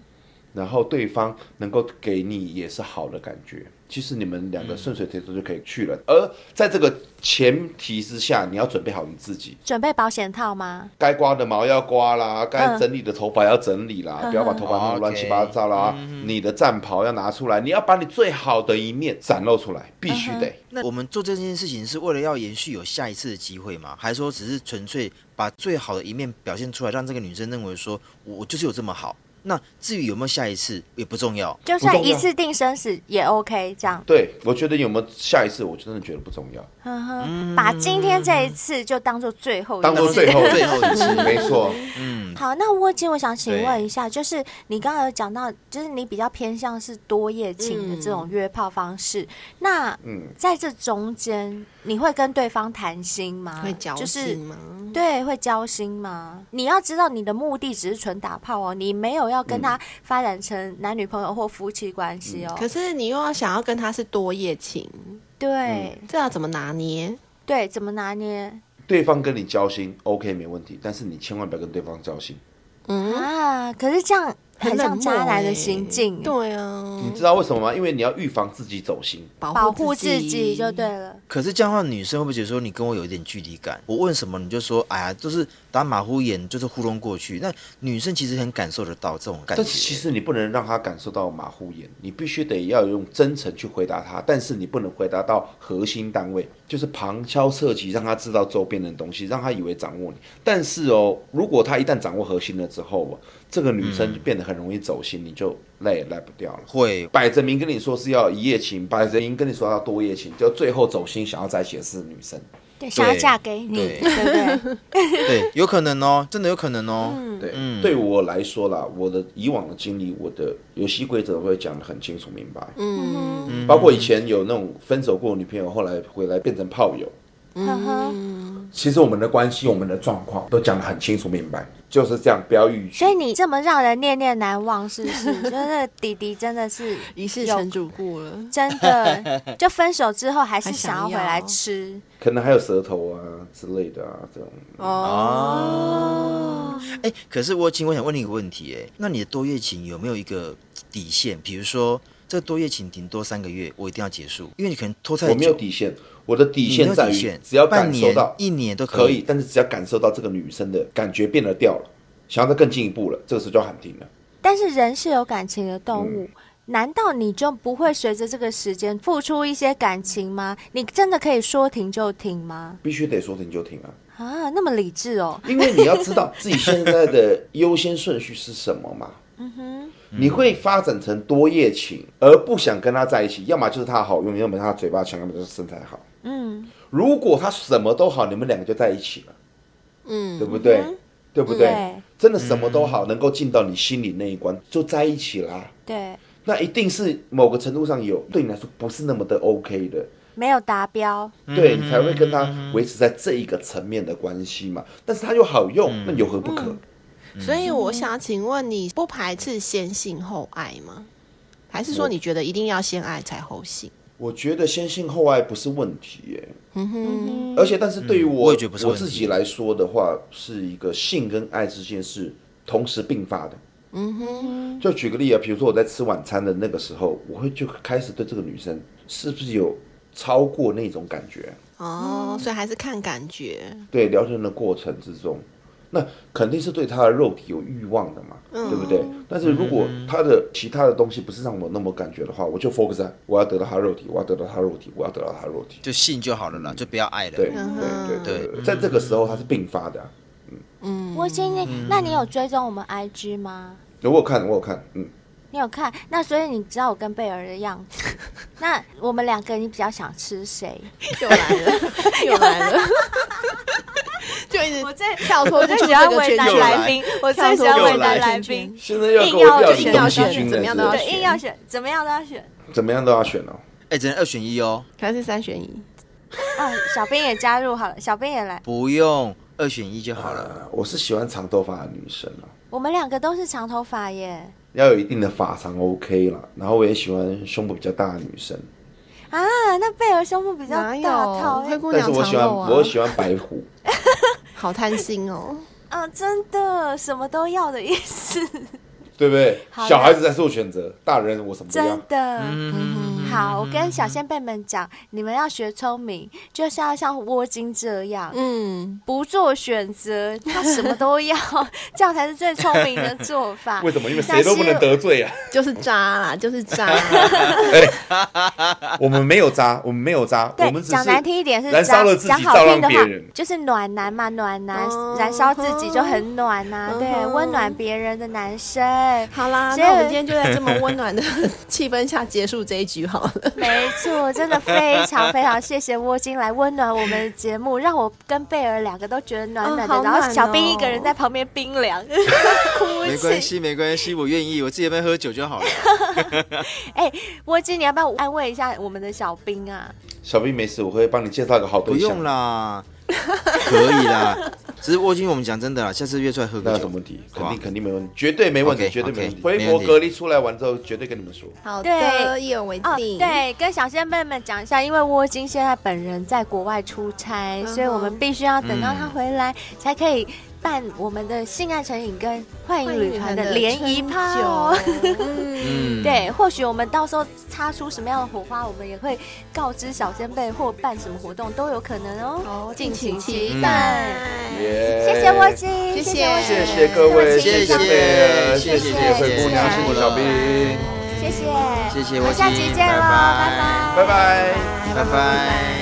[SPEAKER 5] 然后对方能够给你也是好的感觉。其实你们
[SPEAKER 4] 嗯
[SPEAKER 5] 两个顺水推舟就可以去了。而在这个前提之下，你要准备好你自己，
[SPEAKER 3] 准备保险套吗？
[SPEAKER 5] 该刮的毛要刮啦，该
[SPEAKER 3] 嗯
[SPEAKER 5] 整理的头发要整理
[SPEAKER 4] 嗯
[SPEAKER 5] 啦，不要把头发弄得乱七八糟啦。你的战袍要拿出来，你要把你最好的一面展露出来，必须得。
[SPEAKER 4] 那我们做这件事情是为了要延续有下一次的机会吗？还是说只是纯粹把最好的一面表现出来，让这个女生认为说我我就是有这么好？那至于有没有下一次也不重要。
[SPEAKER 3] 就
[SPEAKER 5] 不
[SPEAKER 3] 算
[SPEAKER 5] 重
[SPEAKER 3] 一
[SPEAKER 5] 要
[SPEAKER 3] 次定生死也 OK，这样，
[SPEAKER 5] 对，我觉得有没有下一次，我真的觉得不重要。
[SPEAKER 3] 呵呵，把今天这一次就当做最后一次，
[SPEAKER 5] 当做最后
[SPEAKER 4] 最后一次
[SPEAKER 5] 没错。
[SPEAKER 4] 嗯，
[SPEAKER 3] 好，那沃金，我想请问一下，就是你刚刚有讲到，就是你比较偏向是多夜情的这种约炮方式，那
[SPEAKER 5] 嗯
[SPEAKER 3] 在这中间，你会跟对方谈心吗？
[SPEAKER 2] 会矫
[SPEAKER 3] 就是
[SPEAKER 2] 情吗？
[SPEAKER 3] 对，会交心吗？你要知道，你的目的只是纯打炮哦，你没有要
[SPEAKER 2] 嗯
[SPEAKER 3] 跟他发展成男女朋友或夫妻关系哦。
[SPEAKER 2] 可是你又要想要跟他是多夜情，
[SPEAKER 3] 对、
[SPEAKER 2] 这要怎么拿捏？
[SPEAKER 3] 对，怎么拿捏
[SPEAKER 5] 对方跟你交心，OK 没问题，但是你千万不要跟对方交心。
[SPEAKER 2] 嗯，
[SPEAKER 3] 啊？可是这样很
[SPEAKER 2] 冷
[SPEAKER 3] 像
[SPEAKER 2] 漠
[SPEAKER 3] 渣男的
[SPEAKER 2] 欸
[SPEAKER 3] 行径，
[SPEAKER 2] 对啊，
[SPEAKER 5] 你知道为什么吗？因为你要预防自己走心。
[SPEAKER 3] 欸保
[SPEAKER 2] 保
[SPEAKER 3] 护自己
[SPEAKER 2] 己
[SPEAKER 3] 就对。了。
[SPEAKER 4] 可是这样的话，女生会不会觉得说你跟我有一点距离感？我问什么你就说，哎呀，就是打马虎眼，就是糊弄过去。那女生其实很感受得到这种感觉。
[SPEAKER 5] 但是其实你不能让他感受到马虎眼，你必须得要用真诚去回答他，但是你不能回答到核心单位，就是旁敲侧击，让他知道周边的东西，让他以为掌握你。但是哦，如果他一旦掌握核心了之后啊，这个女生就变得很容易走心，你就赖也赖不掉了。
[SPEAKER 4] 会
[SPEAKER 5] 摆着明跟你说是要一夜情，摆着明跟你说要多夜情，就最后走心想要在一起的是女生。
[SPEAKER 3] 对，想要
[SPEAKER 4] 对
[SPEAKER 3] 嫁给你，
[SPEAKER 4] 对
[SPEAKER 3] 对不对？
[SPEAKER 4] 对，有可能哦，真的有可能哦。
[SPEAKER 5] 对，对我来说啦，我的以往的经历，我的游戏规则我会讲得很清楚明白。
[SPEAKER 2] 嗯，
[SPEAKER 5] 包括以前有那种分手过的女朋友，后来回来变成炮友，
[SPEAKER 2] 嗯
[SPEAKER 3] 呵呵，
[SPEAKER 5] 其实我们的关系、我们的状况都讲得很清楚明白，就是这样，不要逾矩
[SPEAKER 3] 所以。你这么让人念念难忘，是不是？ 就是那个弟弟真的是
[SPEAKER 2] 一世成主顾了。
[SPEAKER 3] 真的， 就分手之后还是
[SPEAKER 2] 还想
[SPEAKER 3] 想要回来
[SPEAKER 2] 要
[SPEAKER 3] 吃。
[SPEAKER 5] 可能还有舌头啊之类的啊，这种。
[SPEAKER 2] 哦，
[SPEAKER 4] 哎，可是我请我想问你一个问题，哎，那你的多月情有没有一个底线？比如说，这多月情顶多三个月，我一定要结束，因为你可能拖太久。
[SPEAKER 5] 我没有底线，我的底
[SPEAKER 4] 你没
[SPEAKER 5] 线
[SPEAKER 4] 有
[SPEAKER 5] 在
[SPEAKER 4] 底
[SPEAKER 5] 于
[SPEAKER 4] 线
[SPEAKER 5] 只要
[SPEAKER 4] 半
[SPEAKER 5] 感受到
[SPEAKER 4] 年一年都可
[SPEAKER 5] 可
[SPEAKER 4] 以
[SPEAKER 5] 以，但是只要感受到这个女生的感觉变了调了，想要再更进一步了，这个时候就要喊停了。
[SPEAKER 3] 但是人是有感情的动物。难道你就不会随着这个时间付出一些感情吗？你真的可以说停就停吗？
[SPEAKER 5] 必须得说停就停啊，
[SPEAKER 3] 啊，那么理 智哦，
[SPEAKER 5] 因为你要知道自己现在的优先顺序是什么嘛。嗯哼。你会发展成多夜情，而不想跟他在一起，要么就是他好用，要么他嘴巴强，要么就是身材好。嗯，如果他什么都好，你们两个就在一起了，嗯，对不对？对不对？嗯
[SPEAKER 3] 对
[SPEAKER 5] 真的什么都好，能够进到你心里那一关，就在一起啦。
[SPEAKER 3] 对，
[SPEAKER 5] 那一定是某个程度上有对你来说不是那么的 OK 的，
[SPEAKER 3] 没有达标，
[SPEAKER 5] 对你才会跟他维持在这一个层面的关系嘛。但是他又好用，那有何不可？
[SPEAKER 2] 所以我想请问你，不排斥先性后爱吗？还是说你觉得一定要先爱才后性？
[SPEAKER 5] 我觉得先性后爱不是问题耶，
[SPEAKER 3] 嗯
[SPEAKER 5] 而且但是对于我、
[SPEAKER 4] 我也觉得不是
[SPEAKER 5] 我
[SPEAKER 4] 问题
[SPEAKER 5] 自己来说的话，是一个性跟爱之间是同时并发的。嗯哼，就举个例啊，比如说我在吃晚餐的那个时候，我会就开始对这个女生是不是有超过那种感觉啊、
[SPEAKER 3] 嗯
[SPEAKER 2] 哦，所以还是看感觉。
[SPEAKER 5] 对聊天的过程之中，那肯定是对他的肉体有欲望的嘛，对不对？但是如果他的其他的东西不是让我那么感觉的话，我就 focus 在我要得到他肉体，我要得到他肉体，我要得到他肉体。
[SPEAKER 4] 就信就好了啦，就不要爱了。
[SPEAKER 5] 嗯对对对对
[SPEAKER 4] 对
[SPEAKER 5] 对，在这个时候他是并发的啊、
[SPEAKER 3] 嗯
[SPEAKER 2] 嗯
[SPEAKER 3] 我心里，那你有追踪我们 IG 吗？
[SPEAKER 5] 我有看，我有看，嗯，
[SPEAKER 3] 你有看？那所以你知道我跟贝尔的样子。那我们两个，你比较想吃谁？
[SPEAKER 2] 又来了，又来了， 就一直
[SPEAKER 3] 我最
[SPEAKER 2] 跳脱
[SPEAKER 3] 我
[SPEAKER 2] 不
[SPEAKER 3] 最
[SPEAKER 2] 出
[SPEAKER 3] 喜
[SPEAKER 2] 这
[SPEAKER 3] 欢
[SPEAKER 2] 个
[SPEAKER 3] 为
[SPEAKER 2] 圈
[SPEAKER 3] 难
[SPEAKER 4] 又来
[SPEAKER 2] 圈。
[SPEAKER 3] 来宾，我
[SPEAKER 2] 跳
[SPEAKER 3] 最
[SPEAKER 2] 脱
[SPEAKER 3] 喜欢
[SPEAKER 4] 又
[SPEAKER 3] 为
[SPEAKER 4] 来
[SPEAKER 3] 难
[SPEAKER 2] 圈
[SPEAKER 3] 来
[SPEAKER 2] 圈
[SPEAKER 3] 宾，
[SPEAKER 5] 现在要
[SPEAKER 2] 硬
[SPEAKER 5] 给我
[SPEAKER 2] 要
[SPEAKER 5] 掉
[SPEAKER 2] 就
[SPEAKER 5] 进
[SPEAKER 2] 硬要
[SPEAKER 5] 东西
[SPEAKER 2] 选
[SPEAKER 5] 军
[SPEAKER 2] 怎么
[SPEAKER 5] 了，
[SPEAKER 2] 样
[SPEAKER 5] 是
[SPEAKER 2] 都要
[SPEAKER 5] 不是
[SPEAKER 3] 对，硬要选，怎么样都要选。
[SPEAKER 5] 怎么样都要选哦。
[SPEAKER 4] 哎，只能二选一哦，
[SPEAKER 2] 还是三选一？
[SPEAKER 3] 啊，小编也加入好了，小编也来。
[SPEAKER 4] 不用二选一就好了。
[SPEAKER 5] 呃我是喜欢长头发的女生啊，
[SPEAKER 3] 我们两个都是长头发耶。
[SPEAKER 5] 要有一定的发长 OK 啦，然后我也喜欢胸部比较大的女生，
[SPEAKER 3] 啊，那贝尔胸部比较
[SPEAKER 2] 哪
[SPEAKER 3] 大，哎
[SPEAKER 2] 有
[SPEAKER 3] 讨？
[SPEAKER 2] 灰
[SPEAKER 3] 厌。
[SPEAKER 2] 姑
[SPEAKER 5] 但
[SPEAKER 2] 娘
[SPEAKER 5] 是我
[SPEAKER 2] 长
[SPEAKER 5] 喜欢
[SPEAKER 2] 肉
[SPEAKER 5] 我
[SPEAKER 2] 啊，
[SPEAKER 5] 喜欢白虎，
[SPEAKER 2] 好贪心哦。
[SPEAKER 3] 啊，真的什么都要的意思，
[SPEAKER 5] 对不对
[SPEAKER 3] 好？的
[SPEAKER 5] 小孩子才是我选择，大人我什么都要
[SPEAKER 3] 真。的。好，我跟小先辈们讲，你们要学聪明，就是要像窝精这样，
[SPEAKER 2] 嗯，
[SPEAKER 3] 不做选择，他什么都要，这样才是最聪明的做法。
[SPEAKER 5] 为什么？因为谁都不能得罪啊！
[SPEAKER 2] 就是渣啦，就是渣。
[SPEAKER 5] 我们没有渣，我们没有渣，我
[SPEAKER 3] 对
[SPEAKER 5] 们，只
[SPEAKER 3] 讲
[SPEAKER 5] 是
[SPEAKER 3] 难听一点是
[SPEAKER 5] 燃烧
[SPEAKER 3] 讲
[SPEAKER 5] 了自己
[SPEAKER 3] 讲好
[SPEAKER 5] 照
[SPEAKER 3] 听
[SPEAKER 5] 亮
[SPEAKER 3] 的
[SPEAKER 5] 别
[SPEAKER 3] 话
[SPEAKER 5] 人，
[SPEAKER 3] 就是暖男嘛，暖男
[SPEAKER 2] 哦
[SPEAKER 3] 燃烧自己就很暖呐、
[SPEAKER 2] 嗯
[SPEAKER 3] 对，
[SPEAKER 5] 哦
[SPEAKER 2] 哼
[SPEAKER 3] 温暖别人的男生，
[SPEAKER 2] 好啦，
[SPEAKER 3] 所以
[SPEAKER 2] 那我们今天就在这么温暖的气氛下结束这一局好了。
[SPEAKER 3] 没错，真的非常非常谢谢窝金来温暖我们的节目，让我跟贝尔两个都觉得暖暖的，
[SPEAKER 2] 嗯好
[SPEAKER 3] 然后
[SPEAKER 2] 暖
[SPEAKER 3] 小兵
[SPEAKER 2] 哦
[SPEAKER 3] 一个人在旁边冰凉，
[SPEAKER 4] 没
[SPEAKER 3] 哭
[SPEAKER 4] 关
[SPEAKER 3] 泣。
[SPEAKER 4] 系，没关系，我愿意，我自己在那边喝酒就好 了。
[SPEAKER 3] 窝金，你要不要安慰一下我们的小兵啊？
[SPEAKER 5] 小 B 没事，我会帮你介绍一个好
[SPEAKER 4] 不
[SPEAKER 5] 对象。
[SPEAKER 4] 用啦，可以啦。只是沃金，我们讲真的啦，下次约出来喝
[SPEAKER 5] 那
[SPEAKER 4] 个
[SPEAKER 5] 有
[SPEAKER 4] 酒
[SPEAKER 5] 什么问题？
[SPEAKER 4] 好
[SPEAKER 5] 肯
[SPEAKER 4] 吧
[SPEAKER 5] 定肯定没问题，绝对没问题，
[SPEAKER 4] OK，
[SPEAKER 5] 绝对没问题。
[SPEAKER 4] OK，
[SPEAKER 5] 回
[SPEAKER 4] 没
[SPEAKER 5] 国
[SPEAKER 4] 问题
[SPEAKER 5] 隔离出来完之后，绝对跟你们说。
[SPEAKER 2] 好
[SPEAKER 3] 对
[SPEAKER 2] 的，一言为
[SPEAKER 3] 哦，
[SPEAKER 2] 定。，
[SPEAKER 3] 对，跟小仙妹们讲一下，因为窝金现在本人在国外出差，所以我们必须要等到他回来、才可以办我们的性爱成瘾跟幻影旅团的联谊趴哦。
[SPEAKER 2] 嗯，
[SPEAKER 4] 嗯，
[SPEAKER 3] 对，或许我们到时候擦出什么样的火花，我们也会告知小仙贝或办什么活动都有可能哦。
[SPEAKER 2] 好，敬请期
[SPEAKER 4] 嗯
[SPEAKER 2] 待。
[SPEAKER 5] 耶
[SPEAKER 3] 谢谢窝金，
[SPEAKER 2] 谢谢
[SPEAKER 3] 窝金
[SPEAKER 5] 谢谢各位，
[SPEAKER 3] 谢
[SPEAKER 5] 谢
[SPEAKER 3] 谢
[SPEAKER 5] 谢贝尔
[SPEAKER 4] 谢
[SPEAKER 5] 谢谢
[SPEAKER 4] 谢
[SPEAKER 5] 灰姑娘，
[SPEAKER 3] 谢
[SPEAKER 5] 辛
[SPEAKER 3] 谢
[SPEAKER 5] 苦小 B，
[SPEAKER 3] 谢谢，
[SPEAKER 4] 谢谢
[SPEAKER 3] 我
[SPEAKER 4] 窝
[SPEAKER 3] 们下期
[SPEAKER 4] 金
[SPEAKER 3] 见喽，
[SPEAKER 4] 拜拜
[SPEAKER 5] 拜拜。
[SPEAKER 4] 拜拜。